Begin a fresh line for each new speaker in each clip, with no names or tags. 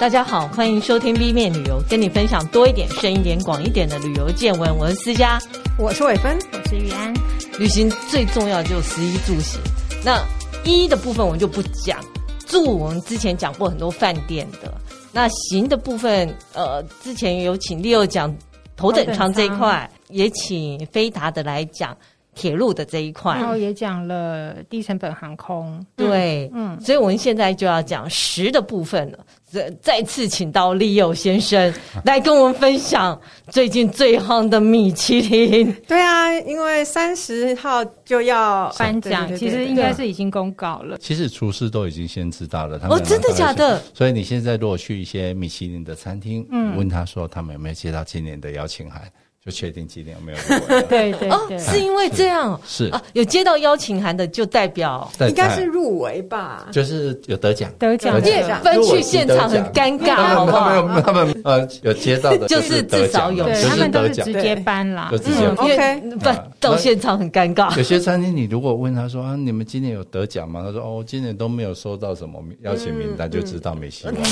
大家好，欢迎收听 B 面旅游，跟你分享多一点、深一点、广一点的旅游见闻。我是思佳，
我是伟芬，
我是玉安。
旅行最重要就是食衣住行，那衣的部分呃我就不讲，住我们之前讲过很多饭店的，那行的部分，呃，之前有请利友讲头等舱这一块，也请飞达的来讲铁路的这一块。
然后也讲了低成本航空，
嗯对，嗯，
嗯
所以我们现在就要讲食的部分了。再再次请到利友先生来跟我们分享最近最夯的米其林。
对啊，因为三十号就要
颁奖
对对对
其实应该是已经公告了。
其实厨师都已经先知道了，他们
哦，真的假？的？
所以你现在如果去一些米其林的餐厅，嗯，问他说他们有没有接到今年的邀请函，就确定今年有没有 入围了。
对对
哦，
对，
是因为这样
是，
啊？有接到邀请函的就代表
在
应该
在
是入围吧？
就是有得奖，
得奖
对
的
得奖
分去现场很尴尬，
他
好不
们他
好？
们他们呃有接到的，
就是
得奖了
至
对
就
他
是
们都
得
是
奖
直。接搬啦
就。直接
嗯
因为
OK
不到现场很尴尬
有。些餐厅，你如果问他说啊，你们今年有得奖吗？他说哦，今年都没有收到什么邀请名单，就知道没希望了。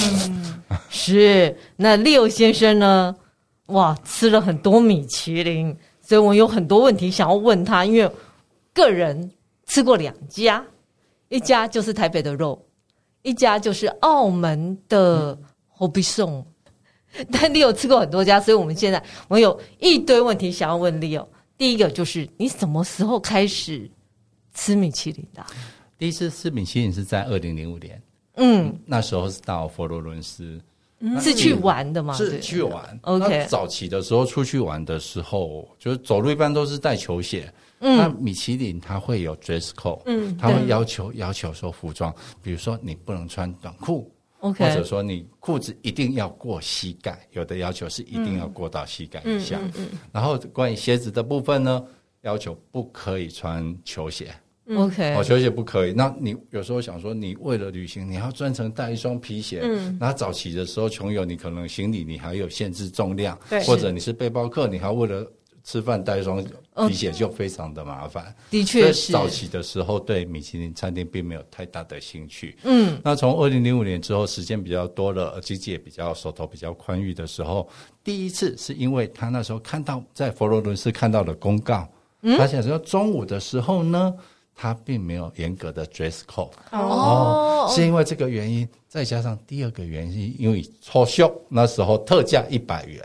是，那六先生呢？哇，吃了很多米其林，所以我有很多问题想要问他，因为个人吃过两家，一家就是台北的肉，一家就是澳门的 h o b i s o n 但 Leo 吃过很多家，所以我们现在我有一堆问题想要问 Leo。第一个就是你什么时候开始吃米其林的啊、
第一次吃米其林是在二零零五年，
嗯，
那时候是到佛罗伦斯，
是去玩的吗？对
嗯是去玩。
OK
那早期的时候出去玩的时候，就是走路一般都是带球鞋。嗯，那米其林它会有 dress code，嗯，它会要求要求说服装，比如说你不能穿短裤，
OK，
或者说你裤子一定要过膝盖，有的要求是一定要过到膝盖以下。
嗯
然后关于鞋子的部分呢，要求不可以穿球鞋，
OK，
哦，球鞋不可以。那你有时候想说，你为了旅行，你要专程带一双皮鞋。嗯，那早期的时候，穷游你可能行李你还有限制重量，
对
或者你是背包客，你还为了吃饭带一双皮鞋，就非常的麻烦。
哦的
所
确
以
是
早期的时候，对米其林餐厅并没有太大的兴趣。
嗯，
那从二零零五年之后，时间比较多了，经济也比较手头比较宽裕的时候，第一次是因为他那时候看到在佛罗伦斯看到了公告，
嗯
他想说中午的时候呢，他并没有严格的 dress code
哦
是因为这个原因，再加上第二个原因，因为超秀那时候特价一百元。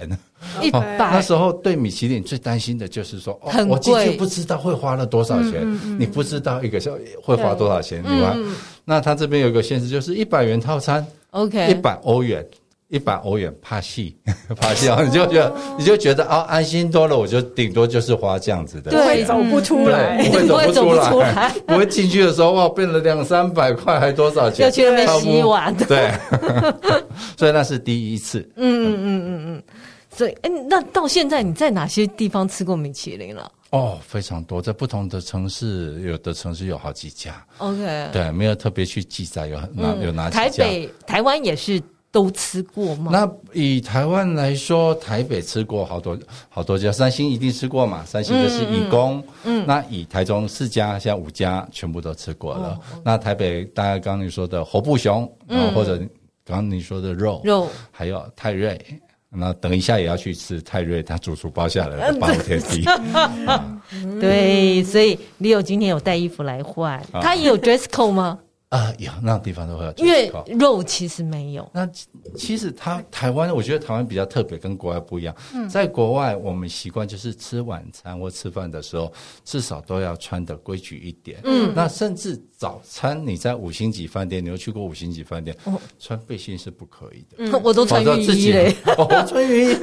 一
哦那
百
时候对米其林最担心的就是说，哦
很，
我进
贵嗯
去不知道会花了多少钱，你不知道一个小时会花多少钱，对吧？那他这边有个限制，就是一百元套餐，一
OK，
百欧元。一百欧元怕戏， 怕戏，你就觉得
哦
你就觉得啊、安心多了，我就顶多就是花这样子的
对
不
钱，
会走不出来
对，
不会
不会
走
走
不
不
出
出
来
来， 不会进去的时候哇，变了两三百块，还多少钱？
要去那边洗碗。
对， 所以那是第一次，
所以，哎，那到现在你在哪些地方吃过米其林了
哦，非常多，在不同的城市，有的城市有好几家，
？OK，
对，嗯没有特别去记载有哪、有哪
嗯台
几家。
北、台湾也是都吃过吗？
那以台湾来说，台北吃过好多好多家，三星一定吃过嘛，三星就是以工，嗯，那以台中四家，现在五家全部都吃过了。那台北大概刚刚你说的侯布雄，然后或者刚刚你说的嗯肉，
肉
还有泰瑞，那等一下也要去吃泰瑞，他主厨包下来的八五天 地，
对，所以 Leo 今天有带衣服来换，他也有 dress code 吗？
啊，有那种地方都会有
因为
dress code。
肉其实没有。
那其其实它台湾，我觉得台湾比较特别，跟国外不一样。
嗯
在国外，我们习惯就是吃晚餐或吃饭的时候，至少都要穿的规矩一点。嗯，那甚至早餐，你在五星级饭店，你有去过五星级饭店，穿背心是不可以的。
我哦嗯都穿
跑到
浴
自
衣
己
嘞，，
哦，穿浴衣，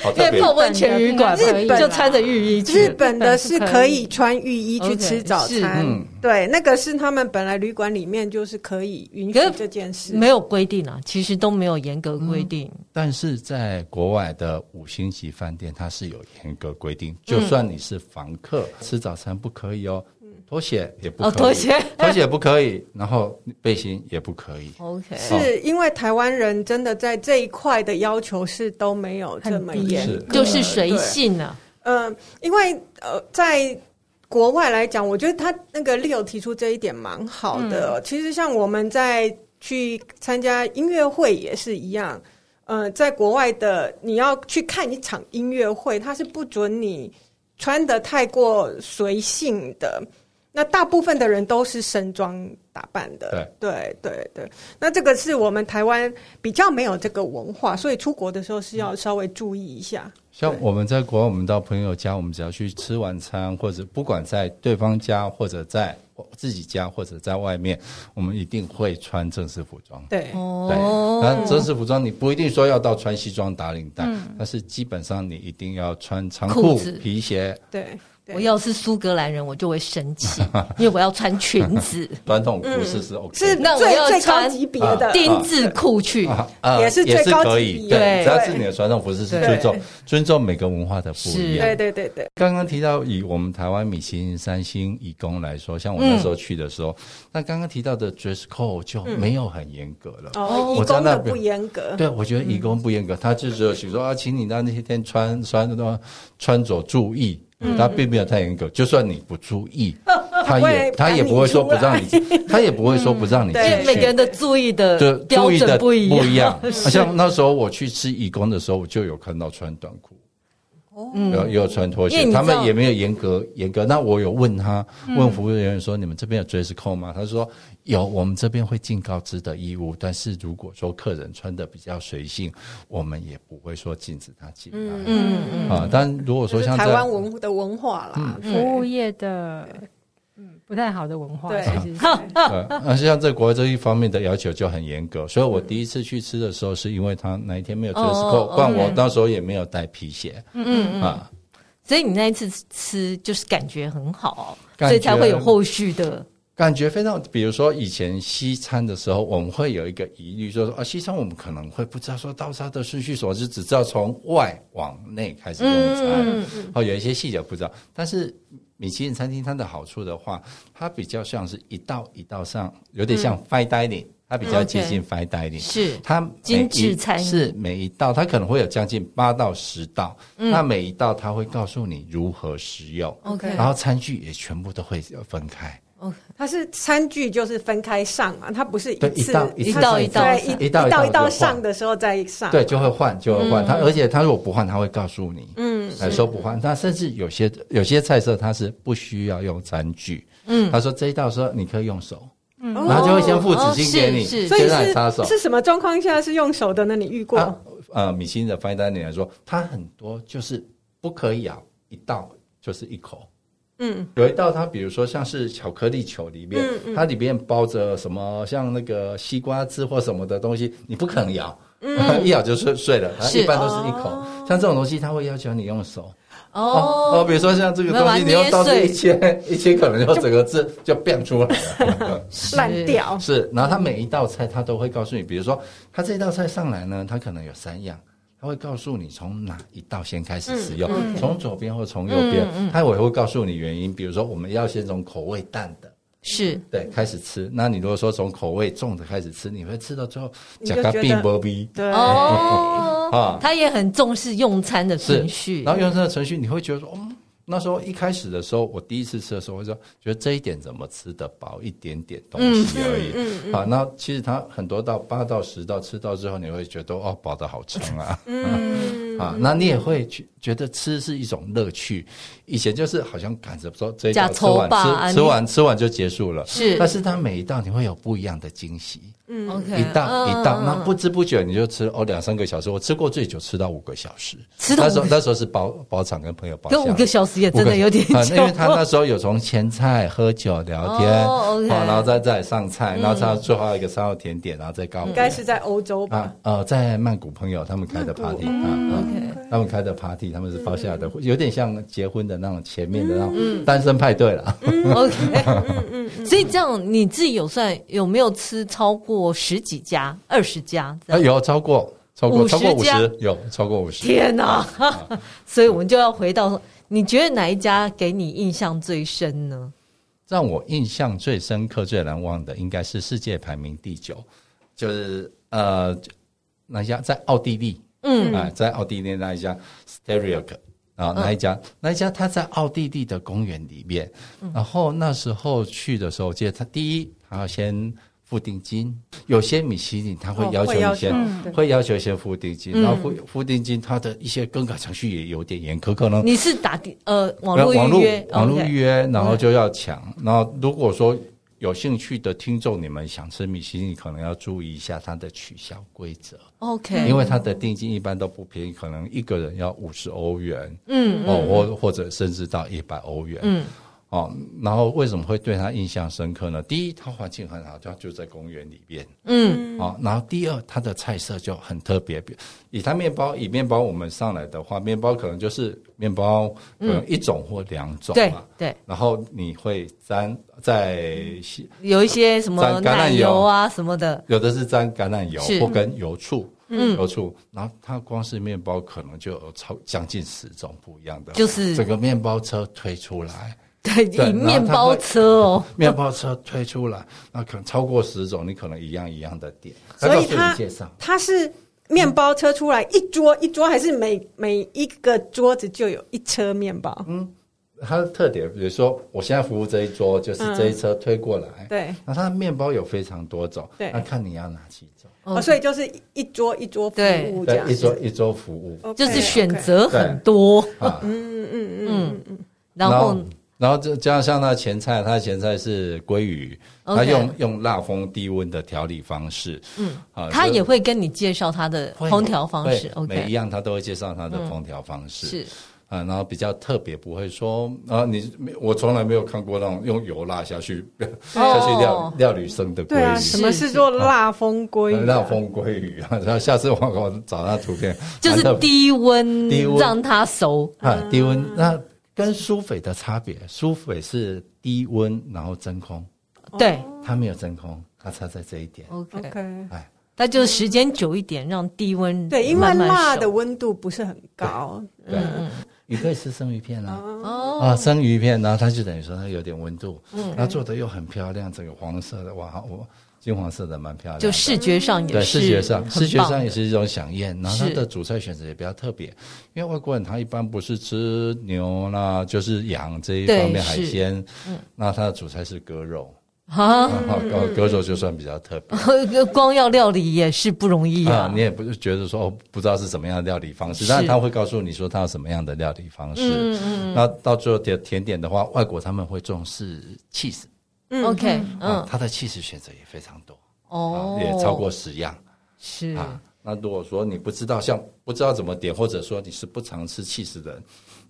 好
因
特
为
别。
泡温泉旅馆
日
嘛
本
就穿着浴衣去
日。本的是可以穿浴衣去吃早
OK，
餐，对，那个是他们本来旅馆里面就是可以允许
可是
这件事。
没有规定啊，其实都没有严格规
嗯
定。
但是在国外的五星级饭店，它是有严格规定，
嗯
就算你是房客，吃早餐不可以哦，拖鞋也不可
嗯
以，
哦拖鞋
拖鞋不可以，然后背心也不可以。
OK，
是因为台湾人真的在这一块的要求是都没有这么
很低
严
是
格，
就是随
对
性啊。
嗯，因为呃，在呃国外来讲，我觉得他那个 Leo 提出这一点蛮好的。其实像我们在去参加音乐会也是一样。呃，在国外的你要去看一场音乐会，它是不准你穿的太过随性的。那大部分的人都是盛装打扮的，对对对那这个是我们台湾比较没有这个文化，所以出国的时候是要稍微注意一下。
像
对
我们在国外，我们到朋友家，我们只要去吃晚餐，或者不管在对方家，或者在哦自己家，或者在外面，我们一定会穿正式服装。
对，
对，
哦，
那正式服装你不一定说要到穿西装打领带，但是基本上你一定要穿长裤
嗯裤子、
皮鞋、
对，对
我要是苏格兰人，我就会生 气，因为我要穿裙子、
短筒裤是是 OK
嗯是
的。
那我
最
要
最高
穿啊
级别的。
丁字裤去。
啊啊
也是最高级
可以，
别
对
只要是你的传统服饰是
对
尊重尊重每个文化的不一
是
样。
对对对对，
刚刚提到以我们台湾米其林三星义工来说，像我那时候去的时候，
嗯
那刚刚提到的 dress code 就没有很严格了。
哦，嗯
我
义
在
工
那
的
边
不严格，
对，我觉得义工不严格，他就只有许说啊，请你在那些天穿穿穿穿着注意。
嗯
他并没有太严格，就算你不注意，他
哦
也
会
他也不会说不让你，他也不会说不让你
因
嗯
进
为
对
每个
去
人。的注意
就
的标
注意的
准
不
一样，
一 样。像那时候我去吃义工的时候，我就有看到穿短裤，有也有穿拖
嗯因为
鞋，
你知
他
道嗯
们也没有严格严格。那我有问他，问服务人员说：“你们这边有 dress code 吗？”他说：“有，我们这边会尽告知的义务，但是如果说客人穿的比较随性，我们也不会说禁止他进来。
嗯嗯，
啊，但如果
就
说
是
像嗯
台
在
湾文的文化啦，对
嗯服务业的嗯不太好的文化，
对
其实是
对，
嗯
那呃像在国外这一方面的要求就很严格，所以我第一次去吃的时候，是因为他那一天没有 dress
哦
code，不然我
嗯
那时候也没有带皮鞋，嗯啊，
所以你那一次吃就是感觉很好，
感觉
所以才会有后续的
感觉非常。比如说以前西餐的时候，我们会有一个疑虑，就是说啊，西餐我们可能会不知道说刀叉的顺序，所就只知道从外往内开始用
嗯
餐，哦，有一些细节不知道。但是米其林餐厅它的好处的话，它比较像是一道一道上，有点像 fine dining，、它比较接近 fine dining。
是
它每一
嗯精致餐
是每一道，它可能会有将近八到十道，那每一道它会告诉你如何食用，
嗯 OK
然后餐具也全部都会分开，
它是餐具就是分开上嘛，它不是
对
次
一道
一
一
道一道
对
一道
一
一道
道一道
就换
上的时候再上，
对，就会换，就会换。它而且它如果不换，它会告诉你，嗯，说不换。那甚至有些有些菜色它是不需要用餐具，嗯，他说这一道说你可以用手，
哦，
然后就会先付纸
哦
巾给你，
是是
所以
先让你擦手
是。是什么状况下是用手的呢？你遇过？
啊呃，米其林的 fine dining 来说，它很多就是不可以咬一道就是一口。
嗯，
有一道它，比如说像是巧克力球里面，
嗯
它里面包着什么，像那个西瓜汁或什么的东西，你不可能咬， 一咬就碎碎了。它
嗯是
一般都是一口，像这种东西，它会要求你用手。啊
哦
比如说像这个
没有
东
把
西，
它
你用
捏
刀子
碎
一切，一切可能就整个字就变出来 了。
烂掉，
是，然后他每一道菜他都会告诉你，比如说他这道菜上来呢，他可能有三样，他会告诉你从哪一道先开始使
嗯
用，从左边或从右边，他也会告诉你原因。比如说我们要先从口味淡的。
是
对，开始吃。那你如果说从口味重的开始吃，你会吃到最后，
你就
到
觉
闭
得
不闭
对，
哦
啊，
他也很重视用餐的
是
程序
然，后用这个程序，你会觉得说，嗯，那时候一开始的时候，我第一次吃的时候，会说觉得这一点怎么吃得饱一点点东西而已。嗯好，那其实它很多到八到十道吃到之后，你会觉得哦，饱的好撑 啊。嗯。啊，那你也会去觉得吃是一种乐趣。以前就是好像赶着说这一道
假
吃
愁
完
吧啊
吃
你
吃完吃完就结束了，
是
但是它每一道你会有不一样的惊喜。
嗯，OK，
一道
嗯
一道，
嗯
那
嗯
不知不觉你就吃哦两三个小时，我吃过最久吃到五个小时，
吃到
那
五
时候
个
那时候是包包场跟朋友包
跟
下
五
来
个小时也真的有点
啊，
久，
因为他那时候有从前菜、喝酒、聊天，
哦
哦
，OK 嗯
然后再再上菜，然后再最后一个上到甜点，然后再告别
应该是在欧洲吧
啊？呃，在曼谷朋友他们开的 party 啊
嗯
啊，他们开的 party，他们是包下来的，有点像结婚的那种前面的那
嗯
种单身派对了。
OK，所以这样你自己有算有没有吃超过十几家、二十家这
啊，
样？
有超过超过
50
超过五
嗯家
十，有超过五十。
天哪！ 所以我们就要回到，你觉得哪一家给你印象最深呢？
让我印象最深刻、最难忘的，应该是世界排名第九，就是呃，那一家在奥地利，嗯啊、在奥地利那一家 Stereo
嗯
啊，那一家、那一家，他在奥地利
嗯
的公园里面。然后那时候去的时候，我记得他第一，他要先付定金，有些米其林他会要求
哦会要
你
求
先、
嗯
对
会要求先付定金，
嗯
然后付付定金，它的一些更改程序也有点严苛，可能
你是打的呃网
那
络
网
预约哦
络，网络
OK 嗯
预约，然后就要抢。然后如果说有兴趣的听众，你们想吃米其林，可能要注意一下它的取消规则，
OK，
因为它的定金一般都不便宜，可能一个人要五十欧元
嗯
哦，或或者甚至到一百欧元。
嗯
哦，然后为什么会对它印象深刻呢？第一，它环境很好，它就在公园里边。
嗯
哦，然后第二，它的菜色就很特别，比以它面包以面包我们上来的话，面包可能就是面包可能一种或两种
对
嘛，
对，
然后你会沾在西
有一些什么
沾橄榄
奶油啊什么的，
有的是沾橄榄油
是
或跟油醋，
嗯
油醋，然后它光是面包可能就有超将近十种不一样的，
就是
整个面包车推出来，
对，
对
以
然后
面
它
包
会
车哦，
面包车推出来，那可能超过十种，你可能一样一样的点，
所以
告诉
它
你介绍。
它是面包车出来一桌一桌，还是每每一个桌子就有一车面包？
它的特点，比如说我现在服务这一桌，就是
嗯
这一车推过来，
对，
那它的面包有非常多种，
对
那看你要哪几种，
嗯
哦，所以就是一桌一桌服
对
务这
对
样，
一
子
周，一周服务
OK，
就是
OK
选。择很
对
多，
啊，
嗯嗯嗯嗯
然后
然后就加上它的前菜，它的前菜是鲑鱼，
OK
它用用辣风低温的调理方式，嗯，啊
他
就
也会跟你介绍他的
会
烹调方式
会每一
，OK，嗯
样它都会介绍它的烹调方式，
是
啊，然后比较特别，不会说啊，你我从来没有看过那种用油辣下去 下去料
哦
料理生的鲑鱼，
对啊，
是
什么是做辣风鲑鱼啊？
让风鲑鱼啊，然后下次我给我找那图片，
就是
蛮特别
低嗯温
低温
让它熟，
啊低温，那跟苏菲的差别，苏菲是低温然后真空，
对
它没有真空，它差在这一点。
，OK，
哦 OK，
哎，
它就时间久一点，让低温
对，因为
慢慢
辣的
熟
温度不是很高，
对，你可以吃生鱼片啊。
嗯哦，嗯
啊，生鱼片，然后它就等于说它有点温度，然后做的又很漂亮，整个黄色的哇，我金黄色的蛮漂亮的，
就视觉上也
对，
是
视觉上，
很
视觉
棒
上也
的
是一种飨宴。然后它
是
的主菜选择也比较特别，因为外国人他一般不是吃牛啦，就是羊这一
对
方面海
是嗯
鲜，那它的主菜是鸽肉，
啊，
鸽鸽肉就算比较特别。
光要料理也是不容易
啊
啊，，
你也不是觉得说哦，不知道是什么样的料理方式，
是
但他会告诉你说他有什么样的料理方式。
嗯嗯
那到最后甜甜点的话，外国他们会重视 cheese，
嗯，OK，
嗯
嗯，，
它的 cheese 选择也非常多，
哦
啊，，也超过十样。
是
啊。那如果说你不知道，像不知道怎么点，或者说你是不常吃 cheese 的人，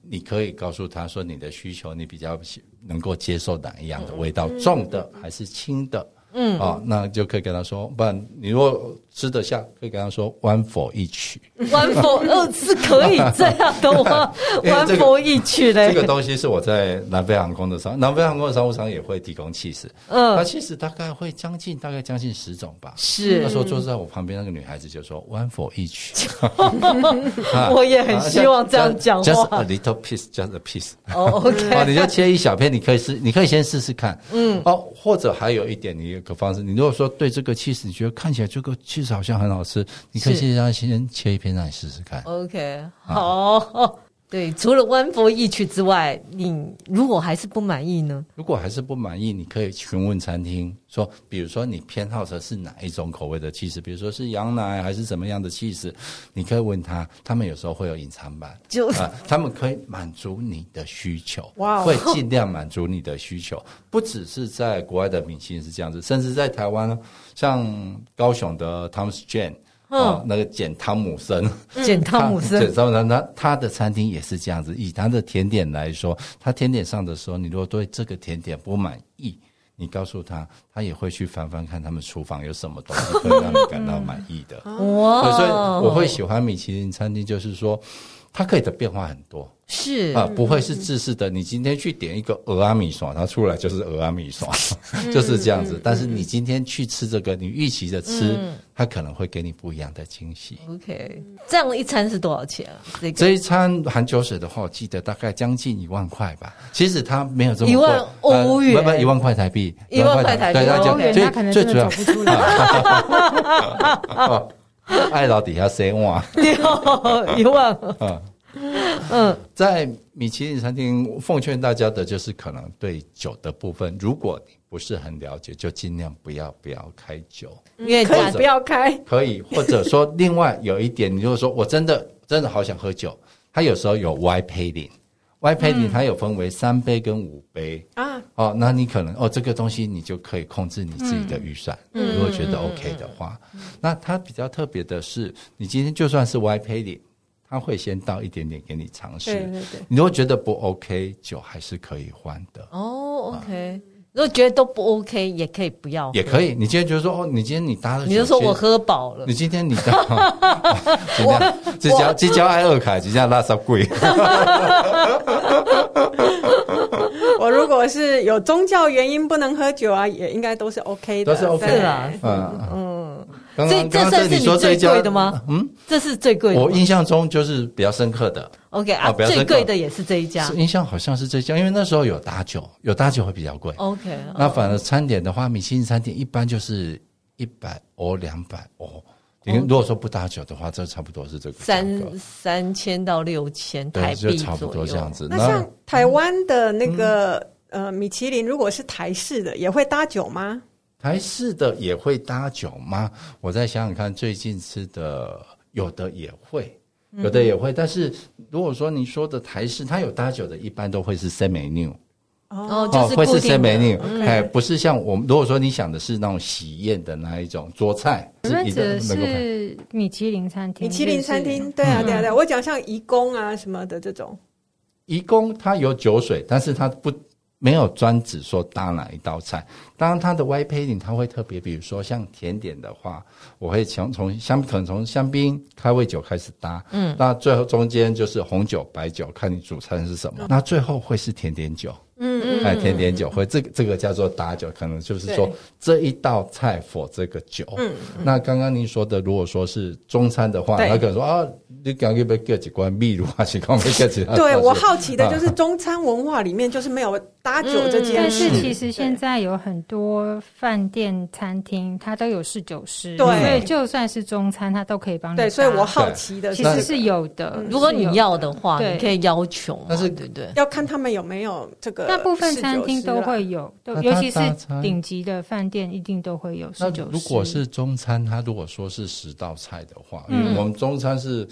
你可以告诉他说你的需求，你比较喜能够接受哪一样
嗯
的味道，重的还是轻的？嗯，啊，那就可以跟他说，不然你如果吃得下，可以跟他说 one for 一曲，？
弯佛呃是可以这样的吗
因为
弯
这个
佛一曲嘞，
这个东西是我在南非航空的商，南非航空的商务舱也会提供 cheese，那
嗯
cheese 大概会将近大概将近十种吧。
是
那时候坐在我旁边那个女孩子就说 one for 一曲。
我也很希望这样讲
啊 Just a
话
little piece, just a piece。
哦
哦，
，OK，
你就切一小片，你可以试，你可以先试试看。嗯，哦，或者还有一点，你有个方式，你如果说对这个 cheese 你觉得看起来这个 cheese 好像很好吃，你可以
是
先让它先切一片让你试试看。
OK，好。 对，除了弯佛一曲之外，你如果还是不满意呢？
如果还是不满意，你可以询问餐厅说，比如说你偏好的是哪一种口味的 cheese，比如说是羊奶还是怎么样的 cheese，你可以问他，他们有时候会有隐藏版。
就
啊，他们可以满足你的需求，
哇哦
会尽量满足你的需求。 不只是在国外的明星是这样子，甚至在台湾呢，像高雄的 Tom's Jane，
嗯
哦，那个简汤姆森，
简汤姆
简
森，
汤姆森，他他的餐厅也是这样子。以他的甜点来说，他甜点上的时候，你如果对这个甜点不满意。你告诉他，他也会去翻翻看他们厨房有什么东西会让你感
嗯
到满意的。对
哇，
所以我会喜欢米其林餐厅，就是说它可以的变化很多
是嗯
啊，不会是自式的。你今天去点一个俄阿米爽，它出来就是俄阿米爽，
嗯
就是这样子。但是你今天去吃这个，你预期的吃，
嗯
它可能会给你不一样的惊喜。
OK，这样一餐是多少钱啊？这个
这一餐含酒水的话，我记得大概将近一万块吧。其实它没有这么
一
贵
万欧元
呃不不，一万块台币，
一万块台币哦
对，它
欧
讲
元
最
他可能
最
真的
主要
走不出来。
哦爱老底下 C 哇。
一万
啊
嗯
在米其林餐厅，奉劝大家的就是，可能对酒的部分，如果你不是很了解，就尽量不要不要开酒，
因为
可
假
以不要开，
可以，或者说另外有一点，你如果说我真的真的好想喝酒，它有时候有 Y pairing。Y
嗯
pairing 它有分为三杯跟五杯
啊，
哦，那你可能哦这个东西你就可以控制你自己的预算，
嗯
如果觉得 OK 的话。那它比较特别的是，你今天就算是 Y pairing，它会先倒一点点给你尝试，
对对对，
你如果觉得不 OK，酒还是可以换的，
哦，OK。如果觉得都不 OK，也可以不要喝，
也可以。你今天觉得说，哦，你今天你搭了，
你就说我，喝饱了
你，今天你搭，哦这家这家爱尔卡，这家拉 萨贵，
我如果是有宗教原因不能喝酒啊，也应该都是 OK 的，
都是 OK
对
是啊
嗯，
嗯，
刚
这
刚
这
刚
算
刚
是
你说
你
这
最
一家
贵的？吗？
嗯，
这是最贵的吗。
我印象中就是比较深刻的，
OK 啊，
哦不要
最
生
贵
气
的也是这一家
是。印象好像是这家，因为那时候有打酒，有打酒会比较贵。
OK，
那反而餐点的话，米其林餐点一般就是一百欧、两百欧。你如果说不打酒的话，这差不多是这个价格
哦三三千到六千台
对，就
币
差不
左右
多这样。子。
那像台湾的
嗯
那个呃米其林，如果是台式的，也会搭酒吗？
台式的也会搭酒吗？我再想想看，最近吃的有的也会，
嗯
有的也会。但是如果说你说的台式，它有搭酒的，一般都会是 set menu，
哦就是
会
固
是
定的嗯
set menu，
OK
哎，不是像我们如果说你想的是那种喜宴的那一种桌菜，
我们
一定
指的
能够看。
是米其林餐厅，
米其林餐厅，对
嗯
啊，对啊，对啊，我讲像怡宫啊什么的这种，
移工它有酒水，但是它不没有专指说搭哪一道菜。当然，它的 Y pairing 它会特别，比如说像甜点的话，我会从从香可能从香槟开胃酒开始搭，嗯，那最后中间就是红酒、白酒，看你主餐是什么。那最后会是甜点酒，
嗯嗯，
哎，甜点酒会这个这个叫做搭酒，可能就是说
对
这一道菜 for 这个酒。
嗯，
那刚刚您说的，如果说是中餐的话，
对
他可能说啊，你刚刚被给几罐秘鲁啊，几罐被 给几罐。
对我好奇的就是中餐文化里面就是没有搭酒这件
嗯但
事
嗯
是
情，
其实现在有很多饭店、餐厅，它都有侍酒师，
对
所以就算是中餐，它都可以帮你搭。
对，所以我好奇的
其
是嗯
实是有的。
如果
是有
你要的话，
对
你可以要求嘛，
但是
对不对？
要看他们有没有这
呃
个侍酒师啦，
大部分餐厅
啊
都会有，都
那
尤
它
其是
大餐
顶级的饭店一定都会有
那
侍酒师。
如果是中餐，它如果说是十道菜的话，因
嗯
为我们中餐是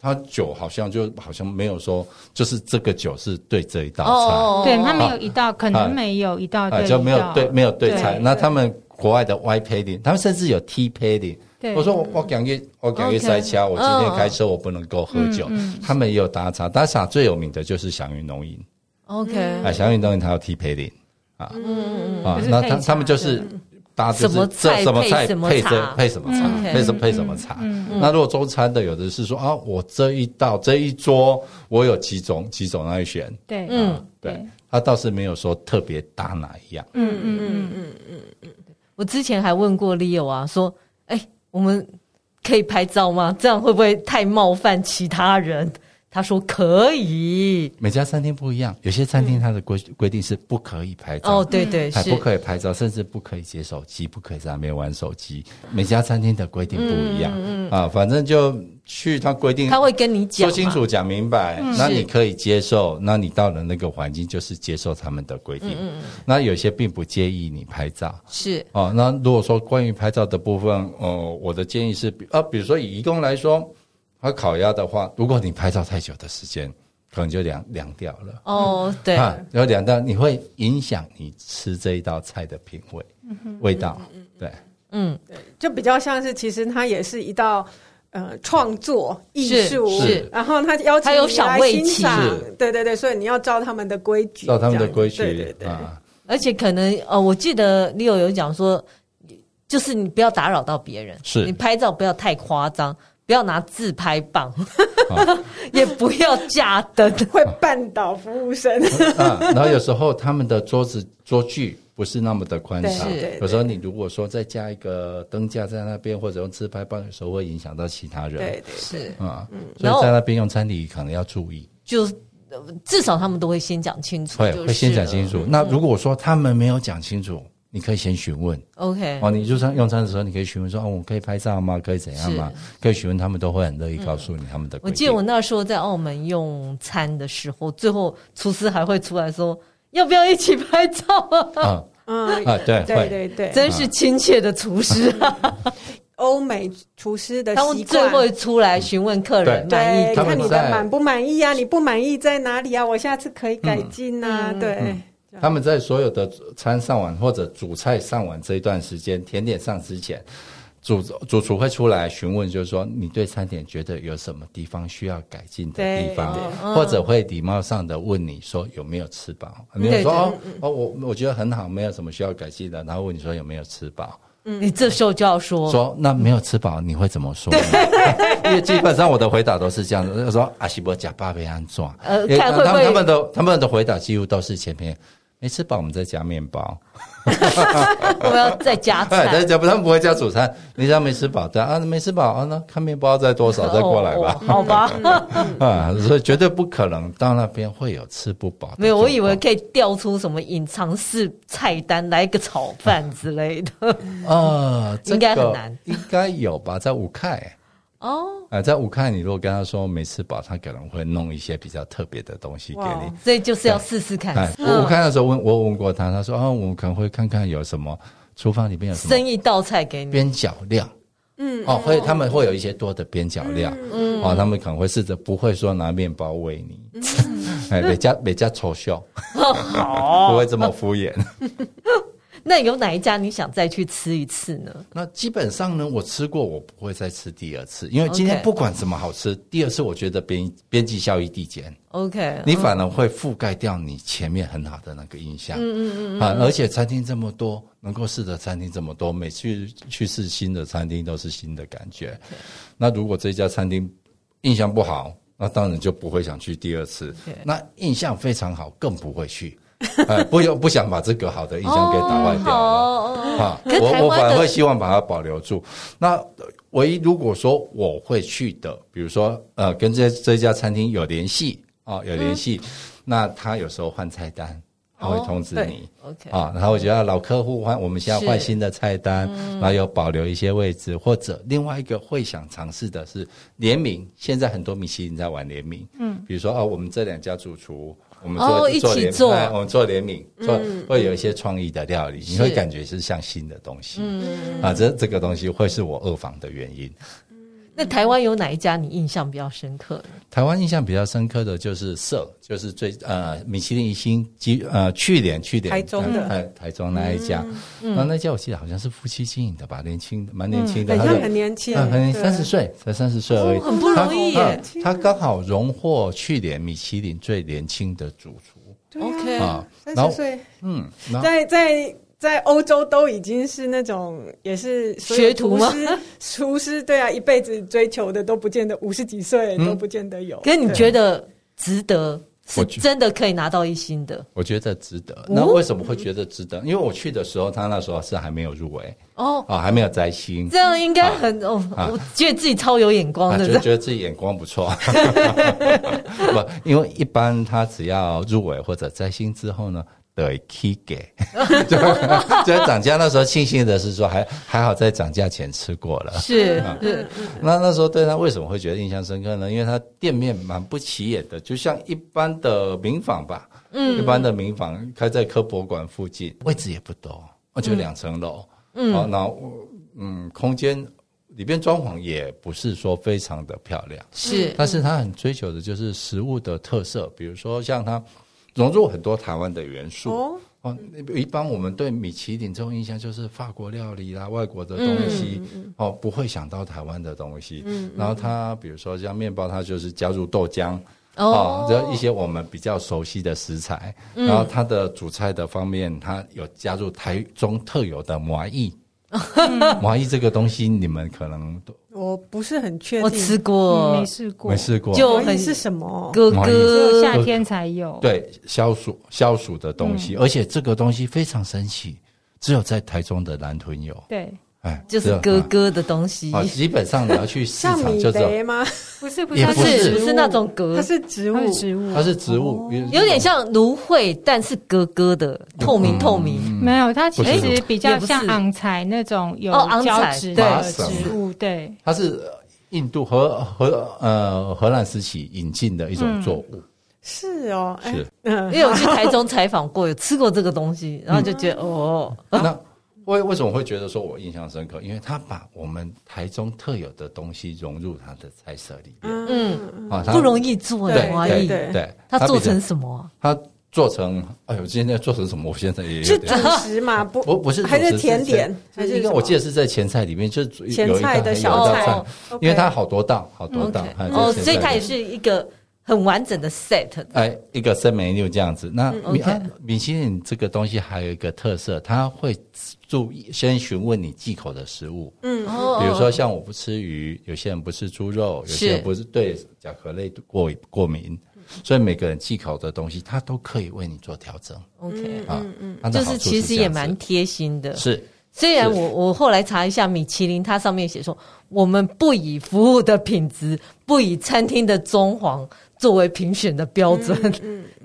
它酒好像就好像没有说，就是这个酒是对这一道菜，
哦
对他没
啊
有一道，可能没有一道
啊
对
就没有
一道
对没有对菜。
对
那他们国外的 Y pairing，他们甚至有 T pairing。
对
我说我我感觉我感觉
OK
塞车，我今天
嗯
开车我不能够喝酒。他们也有打茶，打茶最有名的就是祥云农饮
OK，嗯
啊，祥云农饮它有 T pairing 啊啊
就，是
那
配
他
茶
他们就是
的
搭就是
什么
这
菜
什么
配
菜
什么
配
茶
这配什么茶
嗯
配什
嗯
配什么茶。那如果中餐的，有的是说啊，我这一道这一桌我有几种几种来选，
对，嗯
嗯，
对
对。
他倒是没有说特别搭哪一样，
嗯嗯嗯，
我之前还问过 Leo 啊，说，哎，我们可以拍照吗？这样会不会太冒犯其他人？他说可以。
每家餐厅不一样，有些餐
嗯
厅它的规规定是不可以拍照
哦，，对对
嗯还
是
不，可以拍照，甚至不可以接手机，不可以在那边玩手机。每家餐厅的规定不一样、
嗯
啊，反正就去他规定
他会跟你讲
说
嘛嗯
清楚、讲明白，那
是
你可以接受，那你到了那个环境就是接受他们的规
嗯
定。那有些并不介意你拍照
是
哦。那如果说关于拍照的部分，呃，我的建议是，比啊，比如说以义工来说，他烤鸭的话，如果你拍照太久的时间，可能就凉凉掉了。
哦，对，
啊，然后凉掉，你会影响你吃这一道菜的品味、味道。对，
嗯，
就比较像是，其实它也是一道呃创作艺
是
术，
是
然后他邀请
它有
你
赏
来
味
欣
期
赏
是，
对对对，所以你要照他们的规矩，
照他们的规
这样对
矩
对对，
啊，
而且可能呃，我记得 Leo 有讲说，就是你不要打扰到别人，
是
你拍照不要太夸张，不要拿自拍棒， 也不要架灯。
会绊倒服务生，
啊，然后有时候他们的桌子桌距不是那么的宽
对
敞
是
对，
有时候你如果说再加一个灯架在那边，或者用自拍棒，有时候会影响到其他人。
对对嗯
是，
啊，所
然后
以在那边用餐礼仪可能要注意，
就呃至少他们都会先讲清楚
会
就是了，
会先讲清楚。那如果说他们没有讲清楚，你可以先询问
OK，
哦，你就算用餐的时候，你可以询问说，哦，我可以拍照吗？可以怎样吗？可以询问，他们都会很乐意告诉你他们的
嗯我
规
记
定。
得我那时候在澳门用餐的时候，最后厨师还会出来说要不要一起拍照啊？
啊
嗯，
啊，对
对
会，
对对，
真是亲切的厨师 啊！
欧美厨师的
他
习
们最
惯。
会出来询问客人
对
满意
对，
度
他们
看你
在
的满不满意啊？你不满意在哪里啊？我下次可以改进啊。
嗯嗯
对，
他们在所有的餐上完或者主菜上完这一段时间，甜点上之前，主主厨会出来询问，就是说你对餐点觉得有什么地方需要改进的地方
对对，
嗯
或者会礼貌上的问你说有没有吃饱？你有
对
说
对
哦哦，我我觉得很好，没有什么需要改进的，然后问你说有没有吃饱？
你这时候就要说
说那没有吃饱，你会怎么说呢？ 因为基本上我的回答都是这样的，就说阿西伯假巴被安装，
呃
因为
看会不
他们
会
他们的他们的回答几乎都是前面没吃饱，我们再加面 包，
我要再加
哎，
菜
但。是他们不会加主餐，你只要没吃饱，对啊，没吃饱啊，那看面包再多少再过来吧
哦，哦好吧，
啊，所以绝对不可能到那边会有吃不饱的状况。
没有，我以为可以调出什么隐藏式菜单，来一个炒饭之类 的。
啊，这
应该很
个
难
应该有吧，在五块。
哦，
啊，在武汉，你如果跟他说没吃饱，他可能会弄一些比较特别的东西给
哇
你。
所以就是要试试
哎
看，，嗯
我我看的时候问，我问过他，他说啊，我们可能会看看有什么厨房里面有什
生
么
一道菜给你。
边角料。
嗯，
哦，会他们会有一些多的边角料，
嗯
哦，他们可能会试着不会说拿面包喂你，
嗯
哎，每家每家丑笑， 不会这么敷衍。
那有哪一家你想再去吃一次呢？
那基本上呢，我吃过，我不会再吃第二次，因为今天
OK
不管什么好吃，第二次我觉得边边际效益递减。
OK，
你反而会覆盖掉你前面很好的那个印象。嗯嗯嗯。啊，而且餐厅这么多，能够试的餐厅这么多，每次去试新的餐厅都是新的感觉。那如果这家餐厅印象不好，那当然就不会想去第二次
OK。
那印象非常好，更不会去。哎，不用不想把这个好的印象给打坏掉了。
哦，好
啊，
可是台
我我
湾
反
的
而会希望把它保留住。那呃唯一如果说我会去的，比如说呃，跟这这家餐厅有联系啊，有联系，那他有时候换菜单，他会
嗯哦
通知
对
你。
OK，
啊，然后我觉得老客户换，我们现在换
是
新的菜单，
嗯
然后有保留一些位置，或者另外一个会想尝试的是联名。现在很多米其林在玩联名，嗯，比如说哦，我们这两家主厨，我们做、
哦一
做
起
联
做嗯
哎我们做联名，做、会有一些创意的料理，你会感觉是像新的东西，嗯啊，这这个东西会是我二房的原因。
那台湾有哪一家你印象比较深刻的？
台湾印象比较深刻的就是社，就是最呃米其林一星基呃去年去年
台中的嗯
台台中那一家，那、那家我记得好像是夫妻经营的吧，年轻蛮年轻的，
很
他
像
的
很年轻
嗯，很
对
三十岁才三十岁而已，
哦很不容易
他
耶
嗯他刚好荣获去年米其林最年轻的主厨
对啊
OK
啊，然
三
后
十岁，
嗯，然后
在在在欧洲都已经是那种也是所有
学徒吗
厨师？厨师对啊，一辈子追求的都不见得五十几岁、都不见得有。
可是你觉得值得，是
我觉
真的可以拿到一星的
我觉得值
哦
得。那为什么会觉得值得？因为我去的时候，他那时候是还没有入围
哦。
啊，还没有摘星，
这样应该很哦，
啊
我觉得自己超有眼光
啊，
的，
觉
这
得
样
觉得自己眼光不错， 不，因为一般他只要入围或者摘星之后呢，得 key 给， 就就涨价那时候庆幸的是说还还好在涨价前吃过了。
是
啊
是
那那时候对他为什么会觉得印象深刻呢？因为他店面蛮不起眼的，就像一般的民房吧，嗯，一般的民房开在科博馆附近，位置也不多，我就两层楼，嗯，然后我嗯，空间里边装潢也不是说非常的漂亮，
是
但是他很追求的就是食物的特色，比如说像他融入很多台湾的元素。
哦，
哦，一般我们对米其林这种印象就是法国料理啦、外国的东西，哦，不会想到台湾的东西。然后它比如说像面包，它就是加入豆浆。
哦，
这一些我们比较熟悉的食材，然后它的主菜的方面，它有加入台中特有的麻意。麻意这个东西，你们可能都
我不是很确
我
定，
吃过
嗯没，试过，
没试过。
就
我
很
很是什么？
哥
麻
只有
哥
夏天才
哦
有。，
对，消暑消
嗯
暑的东西，而且这个东西非常神奇，只有在台中的南屯有。
对
哎，
就是咯咯的东西，
啊，基本上你要去市
像
场
米
就知道，
雷吗？
不是不
也
它
它
不
是
是
不是那种咯
它？是植
它
物
是，植物，
它是植物，
哦有点像芦荟，但是咯咯的，透明透明。
嗯
没有，它其
不是
实比较
也不是
像昂材那种有
哦昂
胶
材
质
对
的植物，对，
它是印度荷荷呃荷兰时期引进的一种作
嗯
物，
是哦，哎
是，
嗯
因为我去台中采访过，有吃过这个东西，然后就觉得哦，
那为为什么会觉得说我印象深刻？因为他把我们台中特有的东西融入他的菜色里面、
嗯，
啊，它
不容易做
对
的花
对
艺，
对
对，
它做
比较
成什么啊？
它做成，哎呦，今天做成什么？我现在也有
是
点啊
主食嘛？不，
不不是主食
还是甜点还
是
是
应该
什么
我记得是在前菜里面，就是有一道
前菜的小
有一道
菜
菜
哦，
OK
因为它好多道，好多道
OK，，
哎
哦，
在前菜
所以它也
里面
是一个很完整的 set。
哎一个生梅六这样子。那
嗯
米
OK
啊米其林这个东西还有一个特色，它会注意先询问你忌口的食物，
嗯，
哦
比如说像我不吃鱼，有些人不吃猪肉，有些人不是对甲壳类过过敏，所以每个人忌口的东西，它都可以为你做调整
哦，OK，
啊。它的
嗯就
好
是
处
其实
这样
也
子
蛮贴心的。
是
虽然
是
我我后来查一下米其林，它上面写说我们不以服务的品质，不以餐厅的装潢作为评选的标准。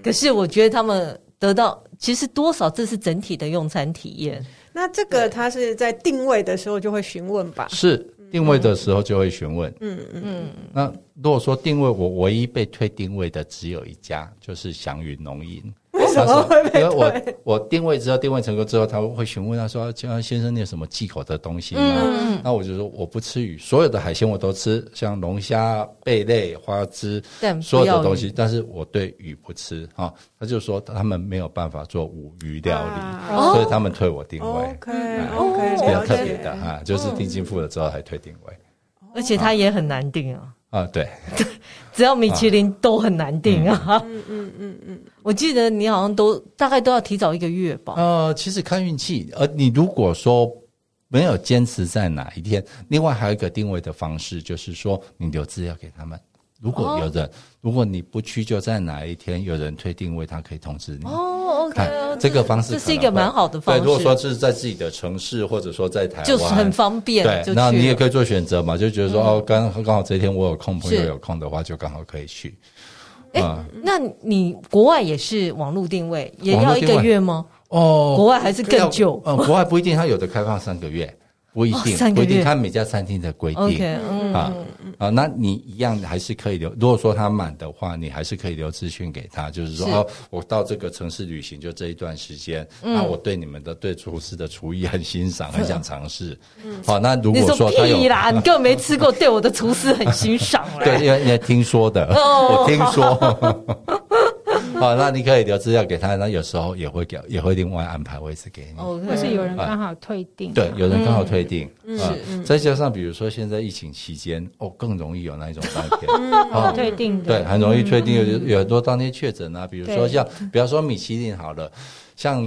可是我觉得他们得到其实多少这是整体的用餐体验。
那这个它是在定位的时候就会询问吧？
是定位的时候就会询问。
嗯嗯，
那如果说定位，我唯一被退定位的只有一家，就是祥云农银。为
什么会被
因为我我定位之后，定位成功之后，他会询问他说：“啊先生，你有什么忌口的东
嗯
西吗？”
嗯
那我就说我不吃鱼，所有的海鲜我都吃，像龙虾、贝类、花枝，
但不
所有
要
的东
鱼
西，但是我对鱼不吃啊、他就说他们没有办法做无鱼料理，
啊哦
所以他们退我定位，
OK
哦
是
OK，
比较
了
特别的
解。
哈、
嗯
就是定金付了之后才退定位
而且它也很难定啊，
啊，对，
只要米其林都很难定啊。嗯嗯嗯嗯，我记得你好像都大概都要提早一个月吧。
呃，其实看运气，呃，你如果说没有坚持在哪一天，另外还有一个定位的方式，就是说你留资料给他们。如果
哦
有人，如果你不屈就在哪一天有人退定位，他可以通知你。
哦，OK，
哎
哦
这个方式
这
可
是一
能
个
会
蛮好的方式，
对，如果说是在自己的城市，或者说在台湾，
就是很方便，
对，
就
那
去
你也
了嗯
可以做选择嘛，就觉得说、哦，刚刚好这一天我有空，朋友
是
有空的话，就刚好可以去。
哎
啊
那你国外也是网络定位，也要一
网
个
络定位
月吗？
哦，
国外还是更久
呃，国外不一定，它有的开放三个月，不一定，
哦三个
不
月
一定，看每家餐厅的规定。
？OK，嗯，
啊啊，那你一样还是可以留。如果说他满的话，你还是可以留资讯给他，就是说
是
哦，我到这个城市旅行就这一段时间，
嗯
那我对你们的对厨师的厨艺很欣赏，很想 尝试。好，那如
嗯你
果说他有
屁啦，你根本没吃过，对我的厨师很欣赏啦。
对，因为因为听说的，
哦
我听说。 好，那你可以留资料给他，那有时候也会给，也会另外安排位置给你。
或是
，OK，
有人刚好退订，
嗯对，有人刚好退订，啊，再加上比如说现在疫情期间，哦，更容易有那一种当天，哦，
退订的，
对，很容易确定有有很多当天确诊啊，比如说
对
像，比方说米其林好了，像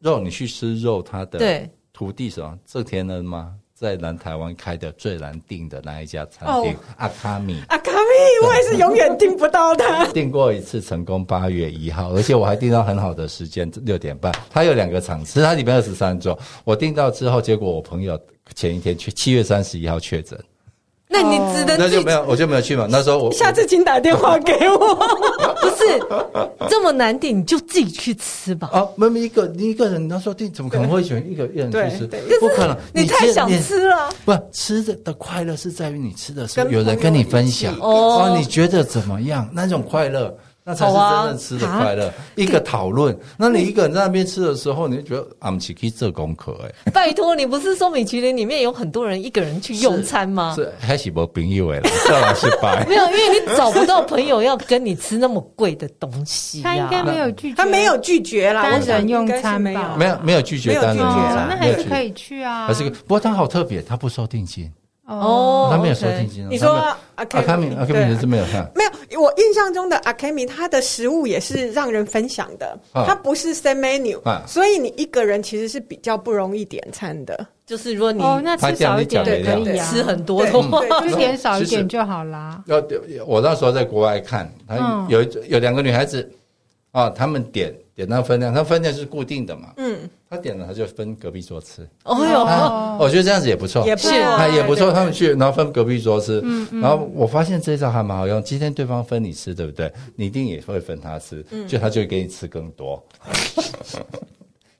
肉，你去吃肉，它的
对，
土地什么这田人吗？在南台湾开的最难订的那一家餐厅
哦
阿卡米，
阿卡米，我也是永远订不到它。
订过一次成功，八月一号，而且我还订到很好的时间，六点半。它有两个场次，它里面二十三桌。我订到之后，结果我朋友前一天去，七月三十一号确诊，
哦那你只能
那就
去
没，有，我就没有去嘛。那时候我
下次请打电话给我。
不是这么难点，你就自己去吃吧。
啊，没有一个你一个人，那时候订怎么可能会选一个一人
对
去吃
对？
不可能，
你太
接
想。
你
吃了，
不，吃的的快乐是在于你吃的时候
跟
有人跟你分享
朋
友一起
哦，你觉得怎么样？那种快乐，那才是
好啊
真正吃的快乐。一个讨论，那你一个人在那边吃的时候，你就觉得啊，我们可以做功课哎。
拜托，你不是说米其林里面有很多人一个人去用餐吗？。
是还是没朋友哎， 这老失败
没有，因为你找不到朋友要跟你吃那么贵的东西
他应
呀。
该没有拒绝，啊
他没有拒绝啦，我
单
想
人用
应该是
餐吧
没有。
没有没有拒
没
绝
有
单人
拒绝
用
哦
餐，，
那
没
还
有
是
拒
可以去啊，
还是个，不过他好特别，他不收定金，
哦，
哦，
他没有收
OK
定金哦。
你说阿
阿卡米阿卡米你是没有看
没有，我印象中的阿 k 米，它的食物也是让人分享的，
啊
它不是 set menu，、
啊
所以你一个人其实是比较不容易点餐的。
就是如果你
哦，那
他
吃
这样
少一点
你讲
也
的
可以
对
啊，
吃很多的
对
话，
对
就点少一
其实
点就好啦。
要我那时候在国外看，他
嗯
有一有两个女孩子啊，她们点点到分量，它分量是固定的嘛，
嗯，
他点了他就分隔壁桌吃，
哦哟，
啊， 我觉得这样子也不错，
也不错
是
啊，也不错。
对
他们去，然后分隔壁桌吃，然后我发现这一招还蛮好用。今天对方分你吃，对不对？你一定也会分他吃，就他就会给你吃更多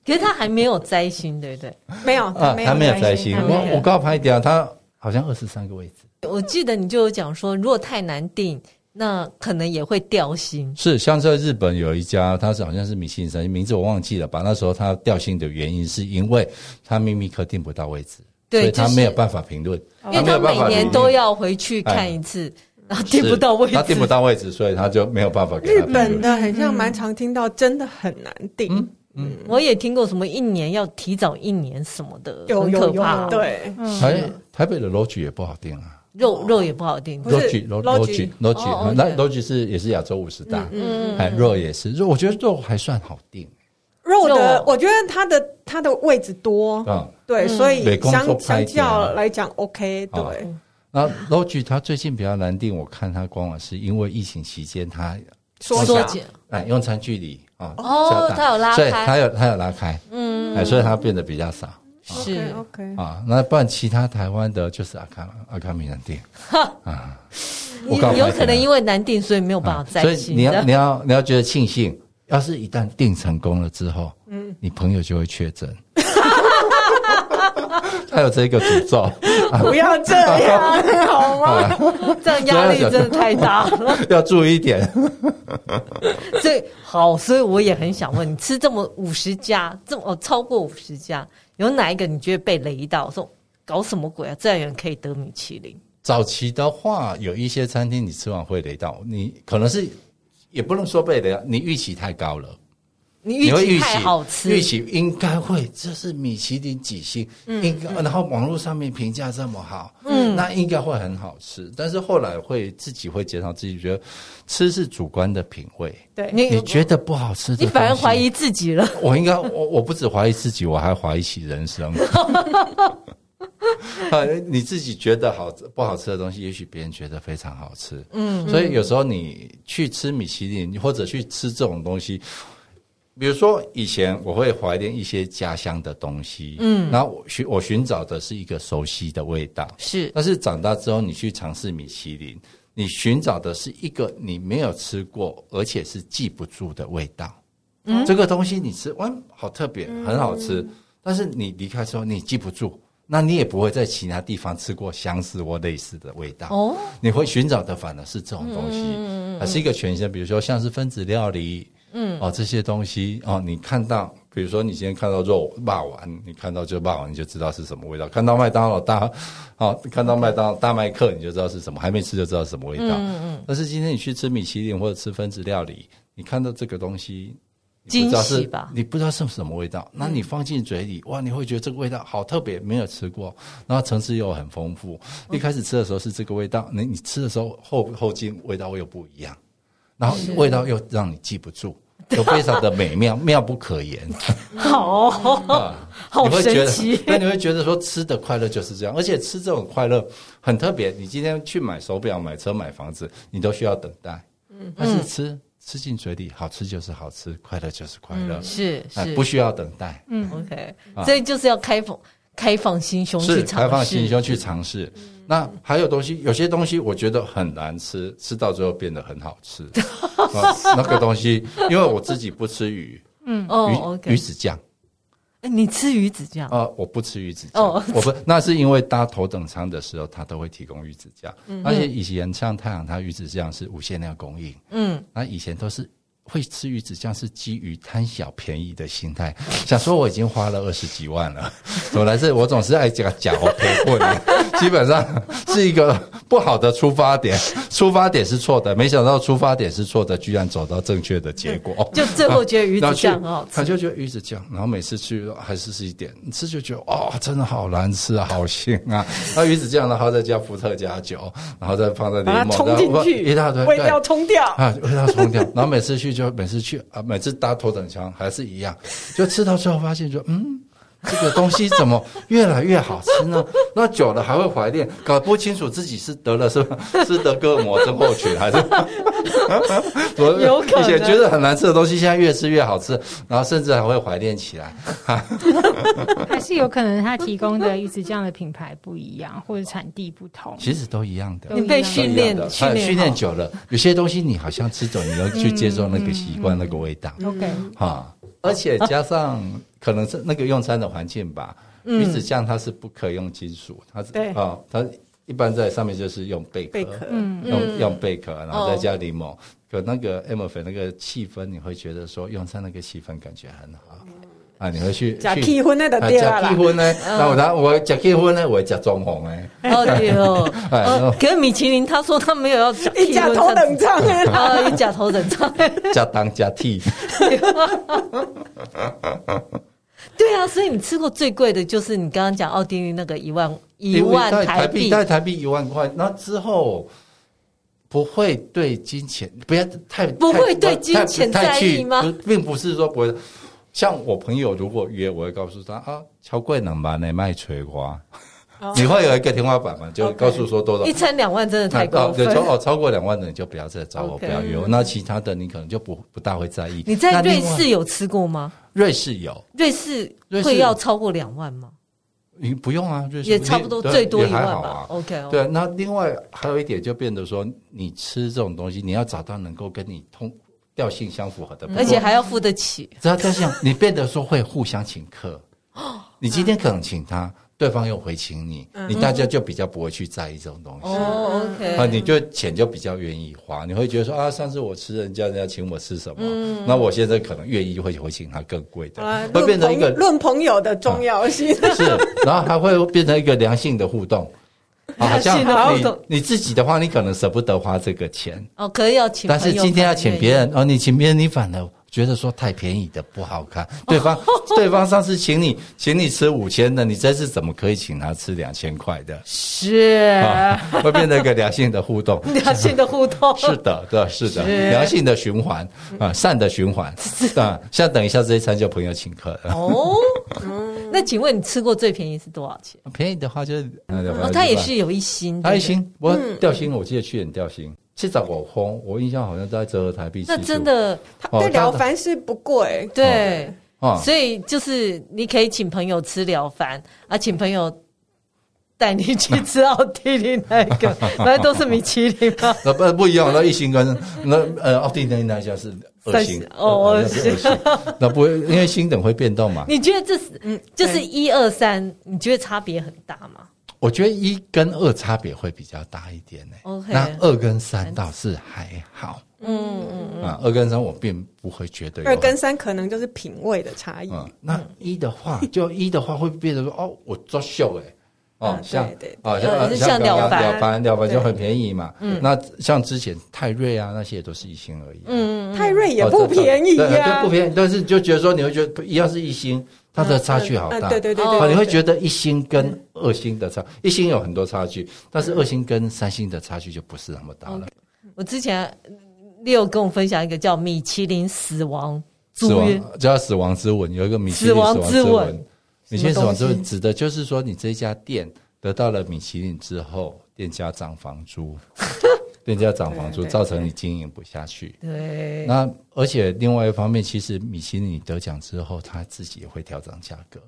可是他还没有摘心，对不对？
没有
啊。他没有在心，
他没有
我我告拍掉他啊好像二十三个位置，
我记得你就有讲说，如果太难定，那可能也会掉心。
是像在日本有一家，他是好像是米其林三星，名字我忘记了吧？那时候他掉星的原因是因为他秘密客定不到位置，所
对
以他
就是
没有办法评论，
因为
没
他
有办
每
法
年
评论
都要回去看一次，然后定不到位置，
他定不到位置，所以他就没有办法给
日
他评论
本的很像蛮常听到，真的很难定，
嗯
我也听过什么一年要提早一年什么的，
有
很
有
可
有
怕。，
对，
台哎台北的 lodge 也不好定啊
肉肉也不好定
不。是
，lodge lodge
lodge
lodge，
哦
那
OK
lodge 是也是亚洲五十大，
嗯，
哎，肉也是肉，我觉得肉还算好定
肉的
肉，
我觉得它的它的位置多，
嗯
啊。
对，所
对
以
工作
相
派
相
一点啊
较来讲，OK，
好
对，
那 lodge 它最近比较难定，我看它官网是因为疫情期间它
缩
缩
小
减
哎用餐距离啊
哦
加大
它有拉
所以
开
它有它有拉开，
嗯
哎，所以它变得比较少
是
OK，
啊。那不然其他台湾的就是阿卡阿卡米难定，我
你
告诉你嗯
有可能因为难定，所以没有办法
哦所
在一
以
起。
你要
知
你要你要觉得庆幸，要是一旦定成功了之后，嗯，你朋友就会确诊， 他有这个诅 咒，
不要这 样好吗？
道这样压力真的太大了。
要注意一点。
所以好，所以我也很想问，你吃这么五十家，这么哦超过五十家，有哪一个你觉得被雷到？说搞什么鬼啊？这样有人可以得米其林？
早期的话，有一些餐厅你吃完会雷到，你可能是也不能说被雷到，你预期太高了。
你
你
预
会预
期
期
太好吃，
预期应该会，这是米其林几星，
嗯
应该，然后网络上面评价这么好，嗯，那应该会很好吃。但是后来会自己会检讨自己，觉得吃是主观的品味，
对，
你
你觉得不好吃的，
你反而怀。疑自己了。
我应该，我我不止怀疑自己，我还怀疑起人 生。啊，你自己觉得好不好吃的东西，也许别人觉得非常好吃。嗯，所以有时候你去吃米其林或者去吃这种东西，比如说以前我会怀念一些家乡的东西，嗯，然后我寻我寻找的是一个熟悉的味道，
是
但是长大之后，你去尝试米其林，你寻找的是一个你没有吃过，而且是记不住的味道。嗯，这个东西你吃，哇，好特别，很好吃。但是你离开之后，你记不住，那你也不会在其他地方吃过相似或类似的味道。
哦，
你会寻找的反而是这种东西，还是一个全新，比如说像是分子料理，嗯，哦这些东西哦，你看到，比如说你今天看到肉霸丸，你看到就霸丸，你就知道是什么味道；看到麦当劳大，哦，看到麦当劳大麦克，你就知道是什么，还没吃就知道是什么味
嗯
道。但是今天你去吃米其林或者吃分子料理，你看到这个东西。你不知道
惊
是
喜吧嗯
你不知道是什么味道，那你放进嘴里，哇，你会觉得这个味道好特别，没有吃过，然后层次又很丰富。
嗯
一开始吃的时候是这个味道，你你吃的时候后后劲味道又不一样，然后味道又让你记不住，又非常的美 妙，妙不可言。
好，
啊
好
你会觉
神
得 啊
奇。
那你会觉得说吃的快乐就是这样，而且吃这种快乐很特别。你今天去买手表、买车、买房子，你都需要等待，嗯，但是吃吃进嘴里，好吃就是好吃，快乐就是快乐，
是
哎，
嗯是嗯
不需要等待。
，OK，所以就是要开放开放心胸去
是
尝试，嗯
开放心胸去尝试。那还有东西，有些东西我觉得很难吃，吃到最后变得很好吃。 啊那个东西，因为我自己不吃鱼，
哦
鱼、
，OK，
鱼子酱
哎你吃鱼子酱
啊、我不吃鱼子酱。
哦
我不，那是因为搭头等舱的时候，他都会提供鱼子酱，
嗯
而且以前像太阳，它鱼子酱是无限量供应。
嗯，
那以前都是。会吃鱼子酱是基于贪小便宜的心态，想说我已经花了二十几万了，怎么来这？我总是爱讲假话骗过你，基本上是一个不好的出发点，出发点是错的，没想到出发点是错的，居然走到正确的结果。
就最后觉得鱼
然
子
后去
酱很好吃
他。就觉得鱼子酱，然后每次去还是是一点，吃就觉得哦，真的好难吃啊，好腥啊。那鱼子酱，然后再加伏特加酒，然后再放在柠
把它
檬，
冲进
然后
去，
一大堆
味
对
道冲掉。
啊，味道冲掉。 然后每次去就每次去啊，每次搭头等舱还是一样，就吃到最后发现就嗯，这个东西怎么 越来越好吃呢？那久了还会怀念，搞不清楚自己是得了是吧？ 是得哥尔摩症候群还是？ 我
有可能
以前觉得很难吃的东西，现在越吃越好吃，然后甚至还会怀念起来。
还是有可能他提供的鱼子酱的品牌不一样，或者产地不同。
其实都一样的
都。
你被嗯训练
都一样的
训
哎
练
训练
好
久了，有些东西你好像吃久，你要去接受那个习惯、那个味道。
OK，
哈，而且加上可能是那个用餐的环境吧，鱼子酱它是不可用金属，它是
嗯对
啊，它一般在上面就是用贝壳
贝，壳，
嗯，
用
嗯
用贝壳，然后
哦
再加柠檬。可那个 M 粉那个气氛，你会觉得说用餐那个气氛感觉很
嗯
好啊，你会去
假
去
气婚那的
啊
对
假
啊
气
啦，
氛呢？那我那我假气氛呢？ 我假装红哎，
哦对哦，
哎
呃
哦
可是米其林他说他没有要讲
一假头等 舱哎啦，
啊，一假头等 舱。
假当假替。
对啊，所以你吃过最贵的就是你刚刚讲奥地利那个一万一万
因为
台
台
币，
带台币一万块，那之后不会对金钱不要太
不会对金
太
钱
太
在意吗
去不并不是说不会。像我朋友如果约，我会告诉他啊，超贵能吧，你卖垂花，你 会有一个天花板嘛，就
OK
告诉说多少
哦一餐两万真的太过分
对，。超哦超过两万的你就不要再找我，不
OK
要约我。那其他的你可能就不不大会在意。
你在
那另
瑞
外
士有吃过吗？
瑞士有。
瑞士
瑞士
会要超过两万吗？
你不用啊，瑞士
也差不多，
对
最多
也
一万
还好
吧
啊。。
OK，哦
对，那另外还有一点就变得说，你吃这种东西，你要找到能够跟你通调性相符合的朋
嗯
友，
而且还要付得起。
只要调性，你变得说会互相请 客。你今天可能请他，对方又回请你，你大家就比较不会去在意这种东西。
嗯哦
啊，
，OK，
你就钱就比较愿意花，你会觉得说啊，上次我吃人家，人家请我吃什么，
嗯
那我现在可能愿意会会请他更贵
好啦
的，会变成一个
啊论朋论朋友的重要性，
是，然后还会变成一个良性的 互动。啊好
良
像
性的互
你
动
你自己的话，你可能舍不得花这个钱，
哦，可以要请朋
但
友，
是今天要请别
人。
人哦，你请别人，你反而觉得说太便宜的不好
哦
看。对方对方上次请你请你吃五千的，你这次怎么可以请他吃两千块的？
是
啊，会变成一个良性的 互动。
良性的互动。
是的，对，是的，
是
良性的循环啊，善的循环啊。像等一下这一餐就朋友请客了，
哦，那请问你吃过最便宜是多少钱？
便宜的话就是
哦
哦，
它也是有一星，
还
对不对，
行，我掉星，我记得去年掉星七十五块，我印象好像在折合台币75。
那真的
哦
对
它
聊
的
凡事不贵，
对，
啊，
所以就是你可以请朋友吃了凡啊，请朋友带你去吃奥地利那个，反正都是米其林嘛。
那不不一样，那一星跟那呃奥地利那一家是二星
三，哦
呃那是二星，那不会因为星等会变动嘛？
你觉得这是
嗯，
就是
对
一二三，你觉得差别很大吗？
我觉得一跟二差别会比较大一点呢。
OK
那二跟三倒是还好
嗯嗯，
啊，二跟三我并不会觉得有
二跟三可能就是品味的差异，
哦嗯，那一 的话，就一的话会变得说，哦，我作秀哎，哦
嗯，
像
对对
哦，
呃
像
是像
刚刚
了凡
了凡了凡就
对嗯
很便宜嘛。那像之前泰瑞啊那些也都是一星而已。嗯，
泰瑞也
哦
不
这种
便宜啊
对
呀
对，不便宜。但是就觉得说，你会觉得一样是一星，它的差距好
嗯
大。
对对对
哦
对
啊，
对，
你会觉
得
得一星跟二星的差，一星有很多差距，但是二星跟三星的差距就不是那么大了。
我之前六跟我分享一个叫米其林死亡
死
租
亡
约，
叫死亡之吻，有一个米其
死
林死
亡
亡
之
之
吻
吻。米其林死亡之
什么
吻
东
指的就是说，你这家店得到了米其林之后，店家涨房租，店家涨房租，
对对
造成你经营不下去。
对，
那而且另外一方面，其实米其林得奖之后，他自己也会调整价格。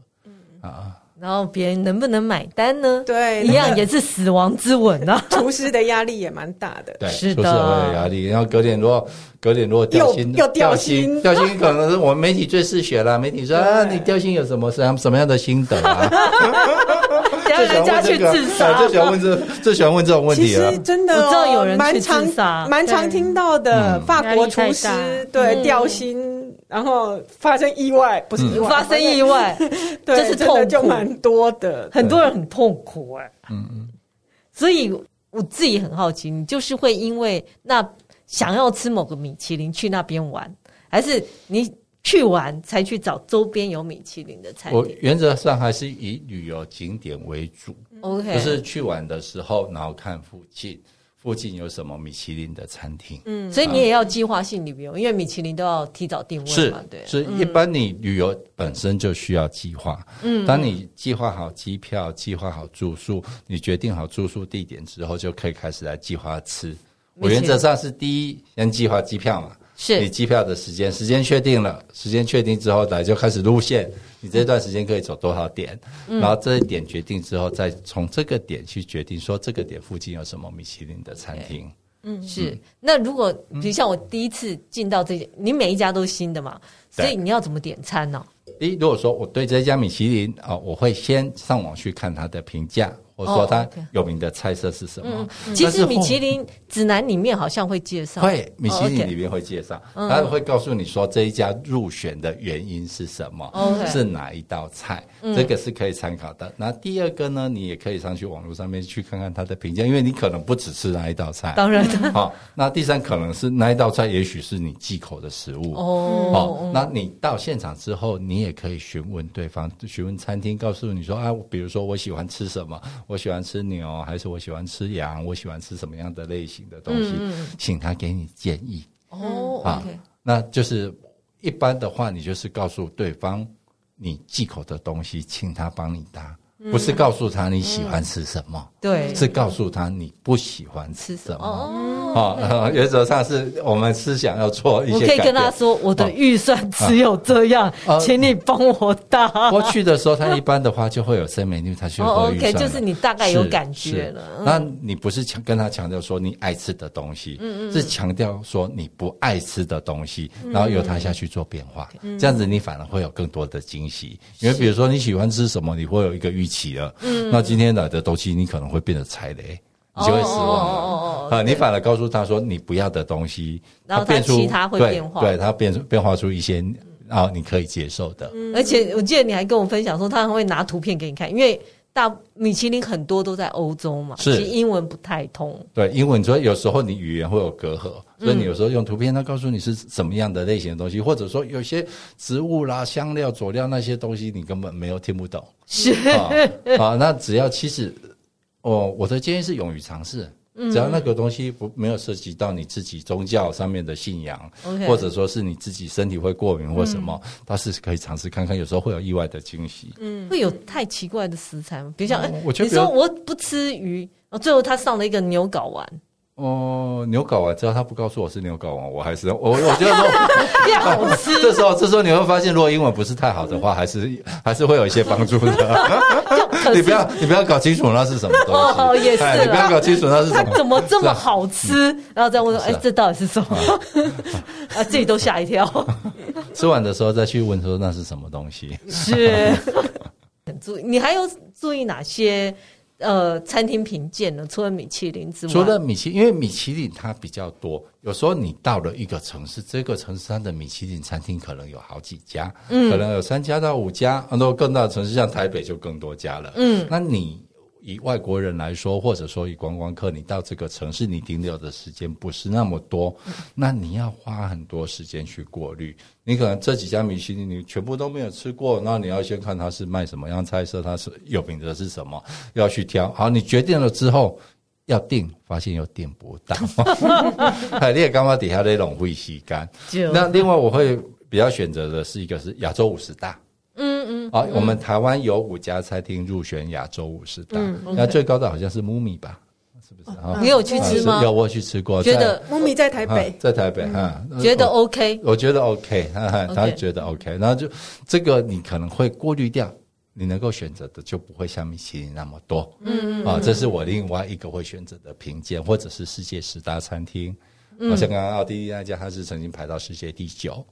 啊，
然后别人能不能买单呢？
对
一样
那个
也是死亡之吻 啊。
厨师的压力也蛮大的，
对，
是的
出社会的压力。然后隔点如果隔点如果掉薪，
又又掉薪
薪，掉薪可能是我们媒体最嗜血了。媒体说啊，
对
你掉薪有什么什么什么样的心得啊？
然后人家去自杀，
哎最喜欢问这最喜欢问这 种问
其
题啊了
实。真的、哦，
我知道有人去
蛮
自杀
常蛮常
对
听到的，
嗯
法国厨
压力太
师
大
对
嗯
掉薪，然后发生意外，不是意外，
嗯发生意
外，
外，
对，
就是
真
痛
的
苦
就蛮多 的。
很多人很痛苦哎、
嗯嗯，
所以我自己很好奇，你就是会因为那想要吃某个米其林去那边玩，还是你去玩才去找周边有米其林的餐
我
厅
原则上还是以旅游景点为主，
？OK，
就是去玩的时候，然后看附近。附近有什么米其林的餐厅。
嗯
所以你也要计划性旅游，因为米其林都要提早定位
是
嘛，对，嗯
所以一般你旅游本身就需要计划。嗯，当你计划好机票、计划好住宿，你决定好住宿地点之后，就可以开始来计划吃。我原则上是第一先计划机票嘛，你
是
机票的时间，时间确定了，时间确定之后来就开始路线，你这段时间可以走多少点，
嗯
然后这一点决定之后，再从这个点去决定说这个点附近有什么米其林的餐厅。嗯
是。那如果比如像我第一次进到这些，你每一家都是新的嘛，所
对
以你要怎么点餐呢？
第一，如果说我对这家米其林啊、我会先上网去看它的评价，或者
哦
说它
OK 嗯
有名的菜色是什么。
其
但
实
是
米其林指南里面好像会介绍，
会米其
哦
林
，OK 嗯
里面会介绍，它会告诉你说这一家入选的原因是什么
OK 嗯
是哪一道菜，这个是可以参考的。那第二个呢，你也可以上去网络上面去看看它的评价，因为你可能不只吃那一道菜。
当然的
好、那第三可能是那一道菜，也许是你忌口的食物。
哦
哦，，那你到现场之后，你也可以询问对方，询问餐厅，告诉你说啊，比如说我喜欢吃什么，我喜欢吃牛，还是我喜欢吃羊，我喜欢吃什么样的类型的东西，请他给你建议。
哦
啊
嗯，OK，
那就是一般的话，你就是告诉对方你忌口的东西，请他帮你搭，
嗯
不是告诉他你喜欢吃什么，
对，
是告诉他你不喜欢
嗯吃什
吃什
么？
么。
哦，
哦， 呃原则上是我们思想要做一
我
些
可以
改
跟他
变。
说，我的预算只有这样，
啊
请你帮我搭。
过去的时候，他一般的话就会有生美女，他就
哦
会预
，OK，
算了。
就是你大概有感觉
是
了。嗯
是那你不是强跟他强调说你爱吃的东西，
嗯
是强调说你不爱吃的东西，然后由他下去做变化，
嗯
这样子你反而会有更多的惊喜。因为比如说你喜欢吃什么，你会有一个预期了，那今天来的东西你可能会变得踩雷。你啊就会失望了，
嗯哦哦哦哦哦
啊！你反而告诉他说你不要的东西，
然后他
变出
其他会
对
变化
对他变出变化出一些啊你可以接受的，
嗯而且我记得你还跟我分享说，他会拿图片给你看，因为大米其林很多都在欧洲嘛，
是
其实英文不太通。
对，英文所以有时候你语言会有隔阂，
嗯
所以你有时候用图片，它告诉你是什么样的类型的东西，或者说有些植物啦、香料、佐料那些东西，你根本没有听不懂。
是
啊啊，那只要其实，哦，我的建议是勇于尝试。
嗯
只要那个东西不没有涉及到你自己宗教上面的信仰
OK 嗯
或者说是你自己身体会过敏或什么，倒是可以尝试看看，有时候会有意外的惊喜。
会有太奇怪的食材吗？比如像，哎
嗯我觉
你
得比较
说我不吃鱼，然后最后他上了一个牛睾 丸，
哦，牛睾丸，只要他不告诉我是牛睾丸，我还是我我觉得说。
变好吃。
这时候，这时候你会发现，如果英文不是太好的话，还是 还是会有一些帮 助的。
可
你
是
不要你不要搞清楚那是什么东西，
哦也是啦
哎你不要搞清楚那是
它
什么。
怎么这么好吃？然后再问说，哎、
是啊
这到底是什么？ 啊，自己都吓一跳。
啊吃完的时候再去问说那是什么东西。
是，很注意。你还有注意哪些呃餐厅评鉴呢？除了米其林之外，
除了米其，因为米其林它比较多，有时候你到了一个城市，这个城市它的米其林餐厅可能有好几家，
嗯
可能有三家到五家，很多更大的城市像台北就更多家了。嗯，那你。以外国人来说，或者说以观光客，你到这个城市，你停留的时间不是那么多，
嗯
那你要花很多时间去过滤。你可能这几家米其林你全部都没有吃过，那你要先看它是卖什么样菜色，它是有名的是什么，要去挑。好，你决定了之后，要订，发现又订不到，哎，你也干嘛底下那种会吸干？
就
那另外我会比较选择的是一个是亚洲五十大，嗯嗯，啊，我们台湾有五家餐厅入选亚洲五十大，那最高的好像是 Mumi 吧，是不是？啊
你有去吃吗
啊是有我有去吃过，
觉
在
得
猫咪在台
啊
北，
在台北哈，
觉得
我啊
OK，
我觉得 OK，哈 哈
OK
他觉得 OK，然后就这个你可能会过滤掉，你能够选择的就不会像米其林那么多。嗯啊，这是我另外一个会选择的评鉴，或者是世界十大餐厅。
嗯
好像刚刚奥地利那家，它是曾经排到世界第九，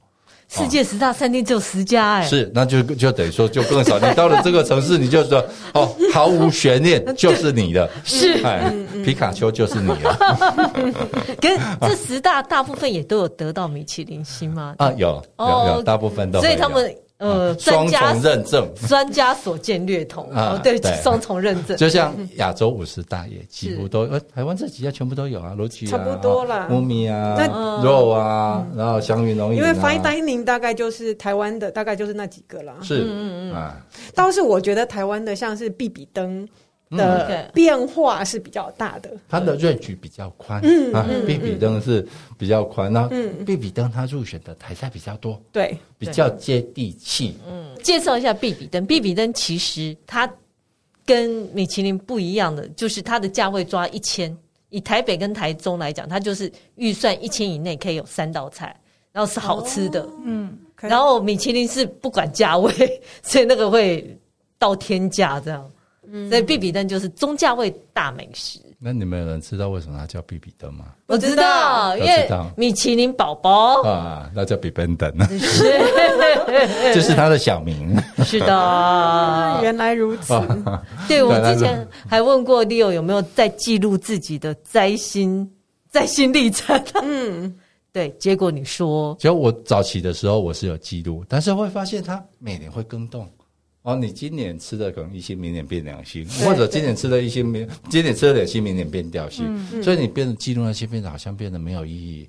世界十大餐厅只有十家哎、
是那就就等于说就更少。你到了这个城市，你就 说哦，毫无悬念，就是你的，
是嗯
哎，皮卡丘就是你了
可是这十大大部分也都有得到米其林星吗？
啊！有有
哦
有，大部分都会
所以他
有
们呃
啊
专
双
家
重认证，
专家所见略同
啊
哦，对
对，
双重认证。
就像亚洲五十大也几乎都，呃，台湾这几家全部都有啊，罗吉啊，
嗯差不多啦
木米啊
那，
肉啊，然后祥云龙饮
嗯因
啊，
为 fine dining 大概就是台湾嗯的，大概就是那几个啦。
是啊，
倒是我觉得台湾的像是必比登，的
OK
变化是比较大的。
它的 range 比较宽，嗯啊，比比登是比较宽，那比比登它入选的台菜比较多，
嗯对，嗯
比较接地气，
介绍一下比比登，比比登其实它跟米其林不一样的，就是它的价位抓一千。以台北跟台中来讲，它就是预算一千以内可以有三道菜，然后是好吃的。
嗯，
可以
然后米其林是不管价位， 所以那个会到天价这样。所以比比登就是中价位大美食。
那你们有人知道为什么它叫比比登吗？
我知道，因
我
为
知道
米其林宝
嗯
宝
啊，那叫比登登，
是
就是它的小名。啊
是的，
原来如此，
对我
对
之前还问过 Leo 有没有在记录自己的灾星 灾星历程，
嗯，
对，结果你说
就我早期的时候我是有记录，但是会发现它每年会更动。哦，你今年吃的可能一星，明年变两星，或者今年吃的一星，明今年吃了两星，明年变掉星，所以你变得记录那些变得好像变得没有意义，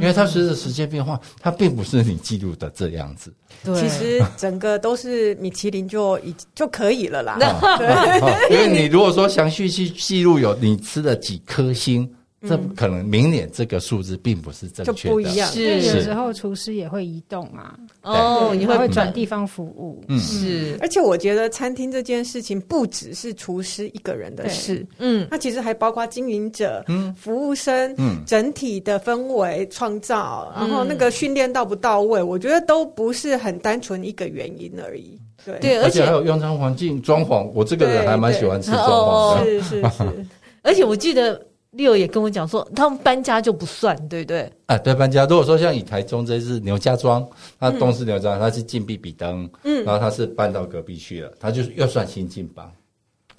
因为它随着时间变化，它并不是你记录的这样子。
对
其实整个都是米其林就已就可以了啦。
哦因为你如果说详细去记录有你吃了几颗星，这可能明年这个数字并不是正
就
确
不
的
一。样
因为
是
有时候厨师也会移动啊，
哦，
对
你
他
会
会转地方服务，
嗯
是
而且我觉得餐厅这件事情不只是厨师一个人的事，
嗯
它其实还包括经营者、
嗯
服务生、
嗯
整体的氛围创造，
嗯
然后那个训练到不到位，我觉得都不是很单纯一个原因而已。对，
对，而
而且
且
还有用餐环境、装潢，我这个人还蛮喜欢吃
对
装
对
潢的。
是是 是，
而且我记得 Leo 也跟我讲说，他们搬家就不算，对不对？
啊，对，搬家。如果说像以台中这是牛家庄，它东是牛家庄，它是进必比登，嗯，然后它是搬到隔壁去了，它就是又算新进榜。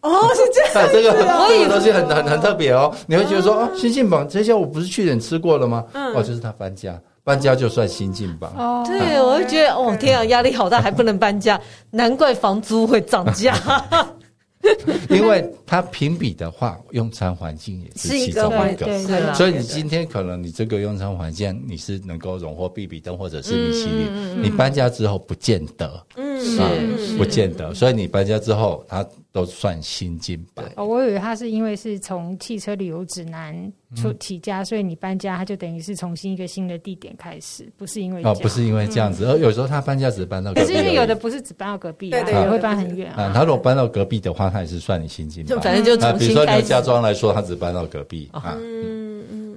哦，是这样，
那这个
我以
这
为
个东西很很很特别哦，你会觉得说哦，新进榜这些我不是去年吃过了吗？哦，就是它搬家，搬家就算新进榜。
哦，
对，我就觉得哦，天啊，压力好大，还不能搬家，难怪房租会涨价，
因为它评比的话，用餐环境也是
是一
其
个
中
环
一
对
个。
对
是啦
对，
所以你今天可能你这个用餐环境你是能够荣获必比登或者是米其林，你搬家之后不见得，
嗯
是
啊
是
不见得，所以你搬家之后它都算新进版。
哦，我以为他是因为是从汽车旅游指南出起家，所以你搬家，他就等于是重新一个新的地点开始，不是因为这
哦，
样
不是因为这样
嗯
子，而有时候他搬家只是搬到隔
可
壁而
是
已。
因为有的不是只搬到隔壁啊，
对
对
也会
对
搬
对
很远
啊，
啊。
他如果搬到隔壁的话，他也是算你新进
就
版。
反正就
啊，
重
比如
新
说
开始
牛
哦嗯
家。庄来说，他只搬到隔壁啊。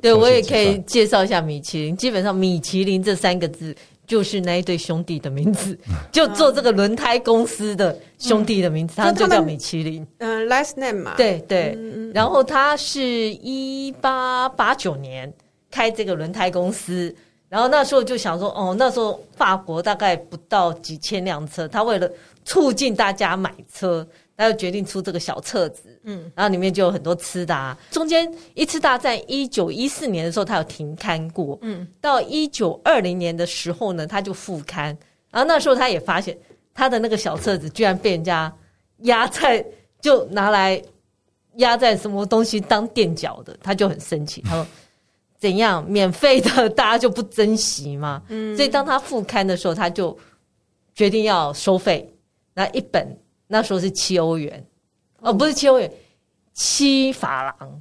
对，
重
我
新
也
计
可以
算
介绍一下米其林。基本上，米其林这三个字就是那一对兄弟的名 字，就做这个轮胎公司的兄弟的名字，他们就
嗯那他
叫
们
米其林。
嗯，last name 嘛，，
对对，然后他是一八八九年开这个轮胎公司，然后那时候就想说，哦，那时候法国大概不到几千辆车，他为了促进大家买车，他就决定出这个小册子，嗯，然后里面就有很多吃的、啊。中间一次大战一九一四年的时候，他有停刊过，嗯，到一九二零年的时候呢，他就复刊，然后那时候他也发现他的那个小册子居然被人家压在。就拿来压在什么东西当垫脚的，他就很生 气。他说：“怎样，免费的大家就不珍惜吗？”
嗯
所以当他复刊的时候，他就决定要收费。那一本那时候是七欧元，哦，不是七欧元，七法郎，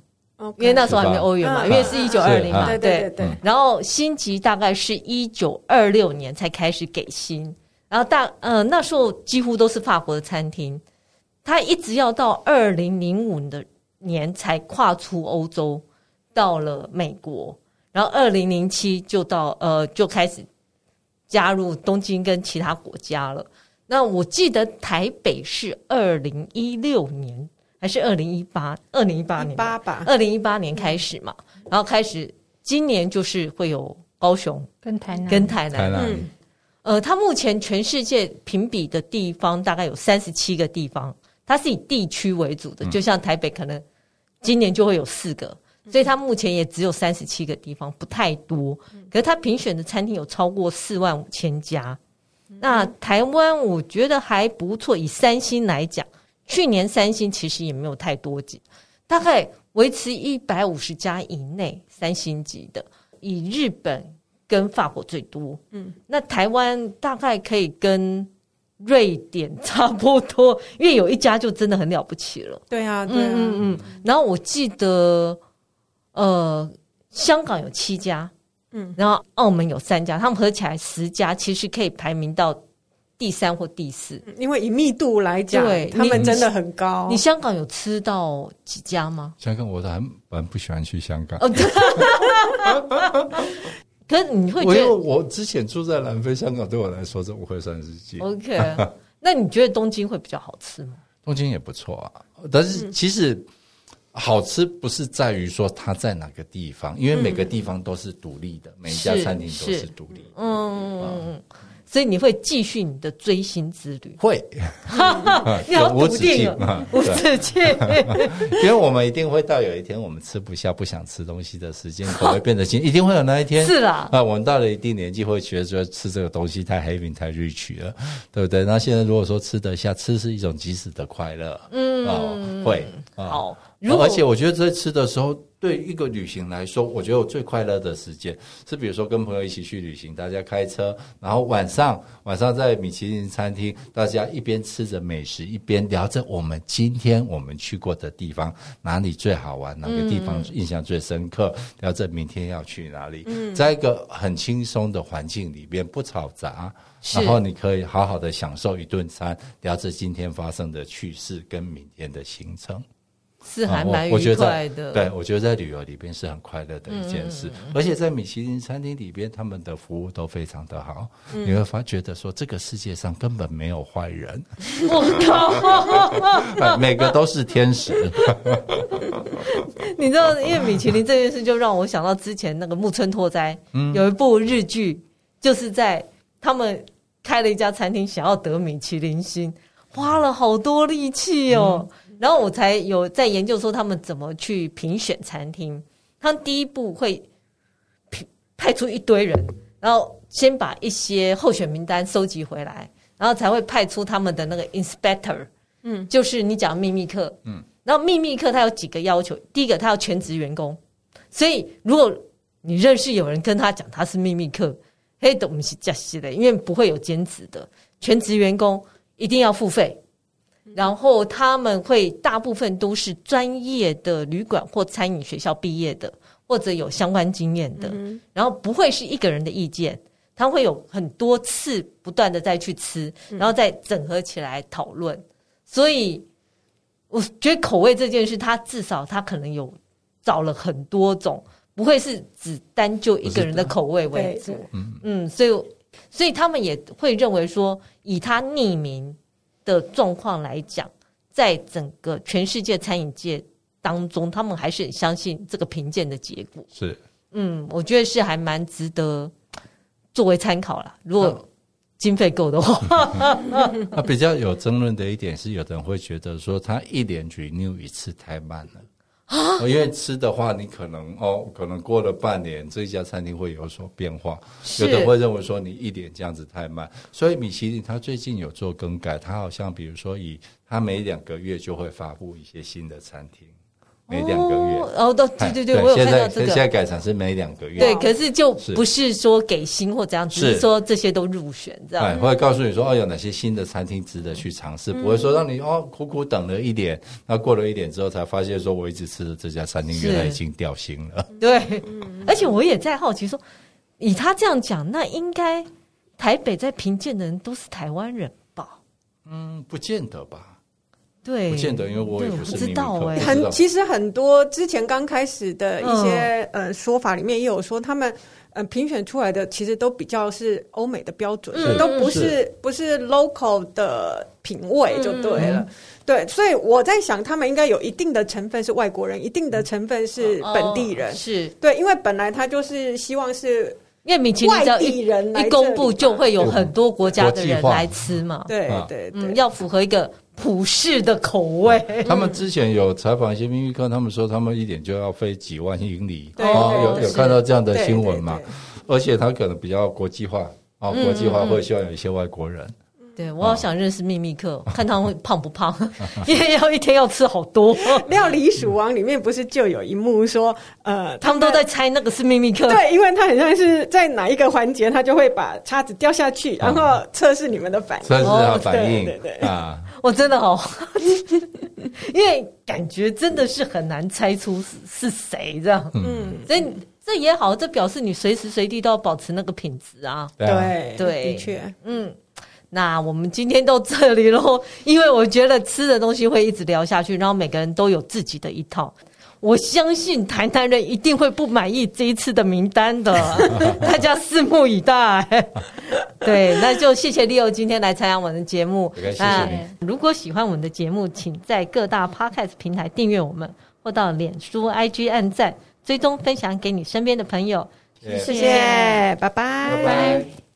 因为那时候还没欧元嘛，
嗯
因为是一九二零嘛，
对对对对，
然后星级大概是一九二六年才开始给薪，然后大嗯、呃、那时候几乎都是法国的餐厅，他一直要到二零零五的年才跨出欧洲，到了美国，然后二零零七就到呃就开始加入东京跟其他国家了。那我记得台北是二零一六年还是二零一八二零一八
一
年吧
八吧，
二零一八年开始嘛，然后开始今年就是会有高雄
跟台南，
跟台
台
南。
南
嗯
呃，它目前全世界评比的地方大概有三十七个地方，它是以地区为主的，就像台北可能今年就会有四个，所以它目前也只有三十七个地方，不太多。可是它评选的餐厅有超过四万五千家。那台湾我觉得还不错，以三星来讲，去年三星其实也没有太多集，大概维持一百五十家以内三星级的，以日本跟法国最多。那台湾大概可以跟瑞典差不多，因为有一家就真的很了不起了。
对啊，对啊，
嗯嗯嗯。然后我记得，呃，香港有七家，
嗯，
然后澳门有三家，他们合起来十家，其实可以排名到第三或第四。
因为以密度来讲
对，
他们真的很高。
你香港有吃到几家 吗？
香港我还蛮不喜欢去香港。
哦，对。可是你会
我
觉
因为
得
我之前住在南非，香港对我来说这不会算是近，
OK？那你觉得东京会比较好吃吗？
东京也不错啊。但
嗯
是其实好吃不是在于说它在哪个地方，因为每个地方都是独立的，每一家
嗯是
餐厅都
是
是独立。，
嗯，嗯嗯所以你会继续你的追星之旅啊
会， 啊
你好
无
笃
止
定
境
啊
啊，
无止 境。
因为我们一定会到有一天我们吃不下、不想吃东西的时间，口味变得轻，一定会有那一天。
是啦
啊，我们到了一定年纪会觉得说吃这个东西太 heavy 太 rich 了，对不对？那现在如果说吃得下，吃是一种即时的快乐，嗯，哦，会啊。
好，如果
而且我觉得在吃的时候，对一个旅行来说，我觉得我最快乐的时间是，比如说跟朋友一起去旅行，大家开车，然后晚上晚上在米其林餐厅，大家一边吃着美食，一边聊着我们今天我们去过的地方哪里最好玩，哪个地
嗯
方印象最深刻，聊着明天要去哪里，
嗯
在一个很轻松的环境里面，不吵杂，
是
然后你可以好好的享受一顿餐，聊着今天发生的趣事跟明天的行程。
是
啊
还
我
蛮
我觉
愉
得在
快的。嗯
对，我觉得在旅游里边是很快乐的一件事，而且在米其林餐厅里边，他们的服务都非常的好，
嗯
你会发觉得说，这个世界上根本没有坏 人，
我靠！
哎每个都是天使。
你知道，因为米其林这件事，就让我想到之前那个木村拓哉、有一部日剧，就是在他们开了一家餐厅，想要得米其林星，花了好多力气哦。然后我才有在研究说他们怎么去评选餐厅。他们第一步会评派出一堆人，然后先把一些候选名单收集回来，然后才会派出他们的那个 inspector，嗯，就是你讲秘密课，嗯，然后秘密课他有几个要求，第一个他要全职员工，所以如果你认识有人跟他讲他是秘密课，嘿，都不是假戏的，因为不会有兼职的，全职员工一定要付费。然后他们会大部分都是专业的旅馆或餐饮学校毕业的，或者有相关经验的，
嗯
然后不会是一个人的意见，他会有很多次不断的再去吃，
嗯
然后再整合起来讨论。所以我觉得口味这件事，他至少他可能有找了很多种，不会是只单就一个人的口味为
对
主
对。
嗯，所以所以他们也会认为说，以他匿名的状况来讲，在整个全世界餐饮界当中，他们还是很相信这个评鉴的结果。
是，
嗯，我觉得是还蛮值得作为参考啦。如果经费够的 话，
那比较有争论的一点是，有的人会觉得说，他一连 renew 一次太慢了。啊，因为吃的话，你可能哦，可能过了半年，这一家餐厅会有所变化。有的人会认为说你一点这样子太慢，所以米其林它最近有做更改，它好像比如说以它每两个月就会发布一些新的餐厅，每两个月。
哦，哦，对对对对，
哎
我有
现
看到
在
这
现在
个。
改成是每两个月。
对，可是就是不是说给薪或怎样，只是
是
说这些都入选这
哎，
样。
会告诉你说哦，有哪些新的餐厅值得去尝试，不会
嗯
说让你哦苦苦等了一年，那过了一年之后才发现说我一直吃的这家餐厅
是
原来已经掉星了。
嗯
对，而且我也在好奇说，以他这样讲，那应该台北在评鉴的人都是台湾人吧？
嗯，不见得吧？
对，
不见得因为我也
对
不是
知道
秘密客
哎、
不知
很
道
其实很多之前刚开始的一些、
嗯
呃说法里面也有说，他们呃评选出来的其实都比较是欧美的标准，
嗯
都不是
是
不是 local 的品味
嗯
就对了。对，所以我在想，他们应该有一定的成分是外国人，一定的成分是本地人。
哦是
对，因为本来他就是希望是
因为米其林只要
外地
一
人来
一公布，
这里
就会有很多国家的人
国际化
来吃嘛。
对
啊
对对，
嗯，要符合一个普世的口味。
他们之前有采访一些秘密客，他们说他们一点就要飞几万英里，
对对
哦，有有
是
看到这样的
对
新闻
对嗯
嘛
对？
啊
嗯
而且他可能比较国际化，哦，国际化会希望有一些外国人，
对我好想认识秘密客，看他会胖不胖， 因为要一天要吃好 多，
料理鼠王里面不是就有一幕说，呃，
他们都在猜那个是秘密 客。
对，因为他很像是在哪一个环节，他就会把叉子掉下去，然
嗯
后测试你们的反应。
测试他反应
对对对
啊，
我真的好， 因为感觉真的是很难猜出是是谁这样，
嗯，
所以这也好，这表示你随时随地都要保持那个品质啊。
对啊，
对
的确，
嗯，那我们今天到这里喽， 因为我觉得吃的东西会一直聊下去，然后每个人都有自己的一套。我相信台南人一定会不满意这一次的名单 的，大家拭目以待。 对，那就谢谢 Leo 今天来参加我们的节目。
OK，谢谢
那
你
如果喜欢我们的节目，请在各大 Podcast 平台订阅我们，或到脸书、IG 按赞、追踪、分享给你身边的朋友。
谢
谢
谢
谢，拜拜
拜拜。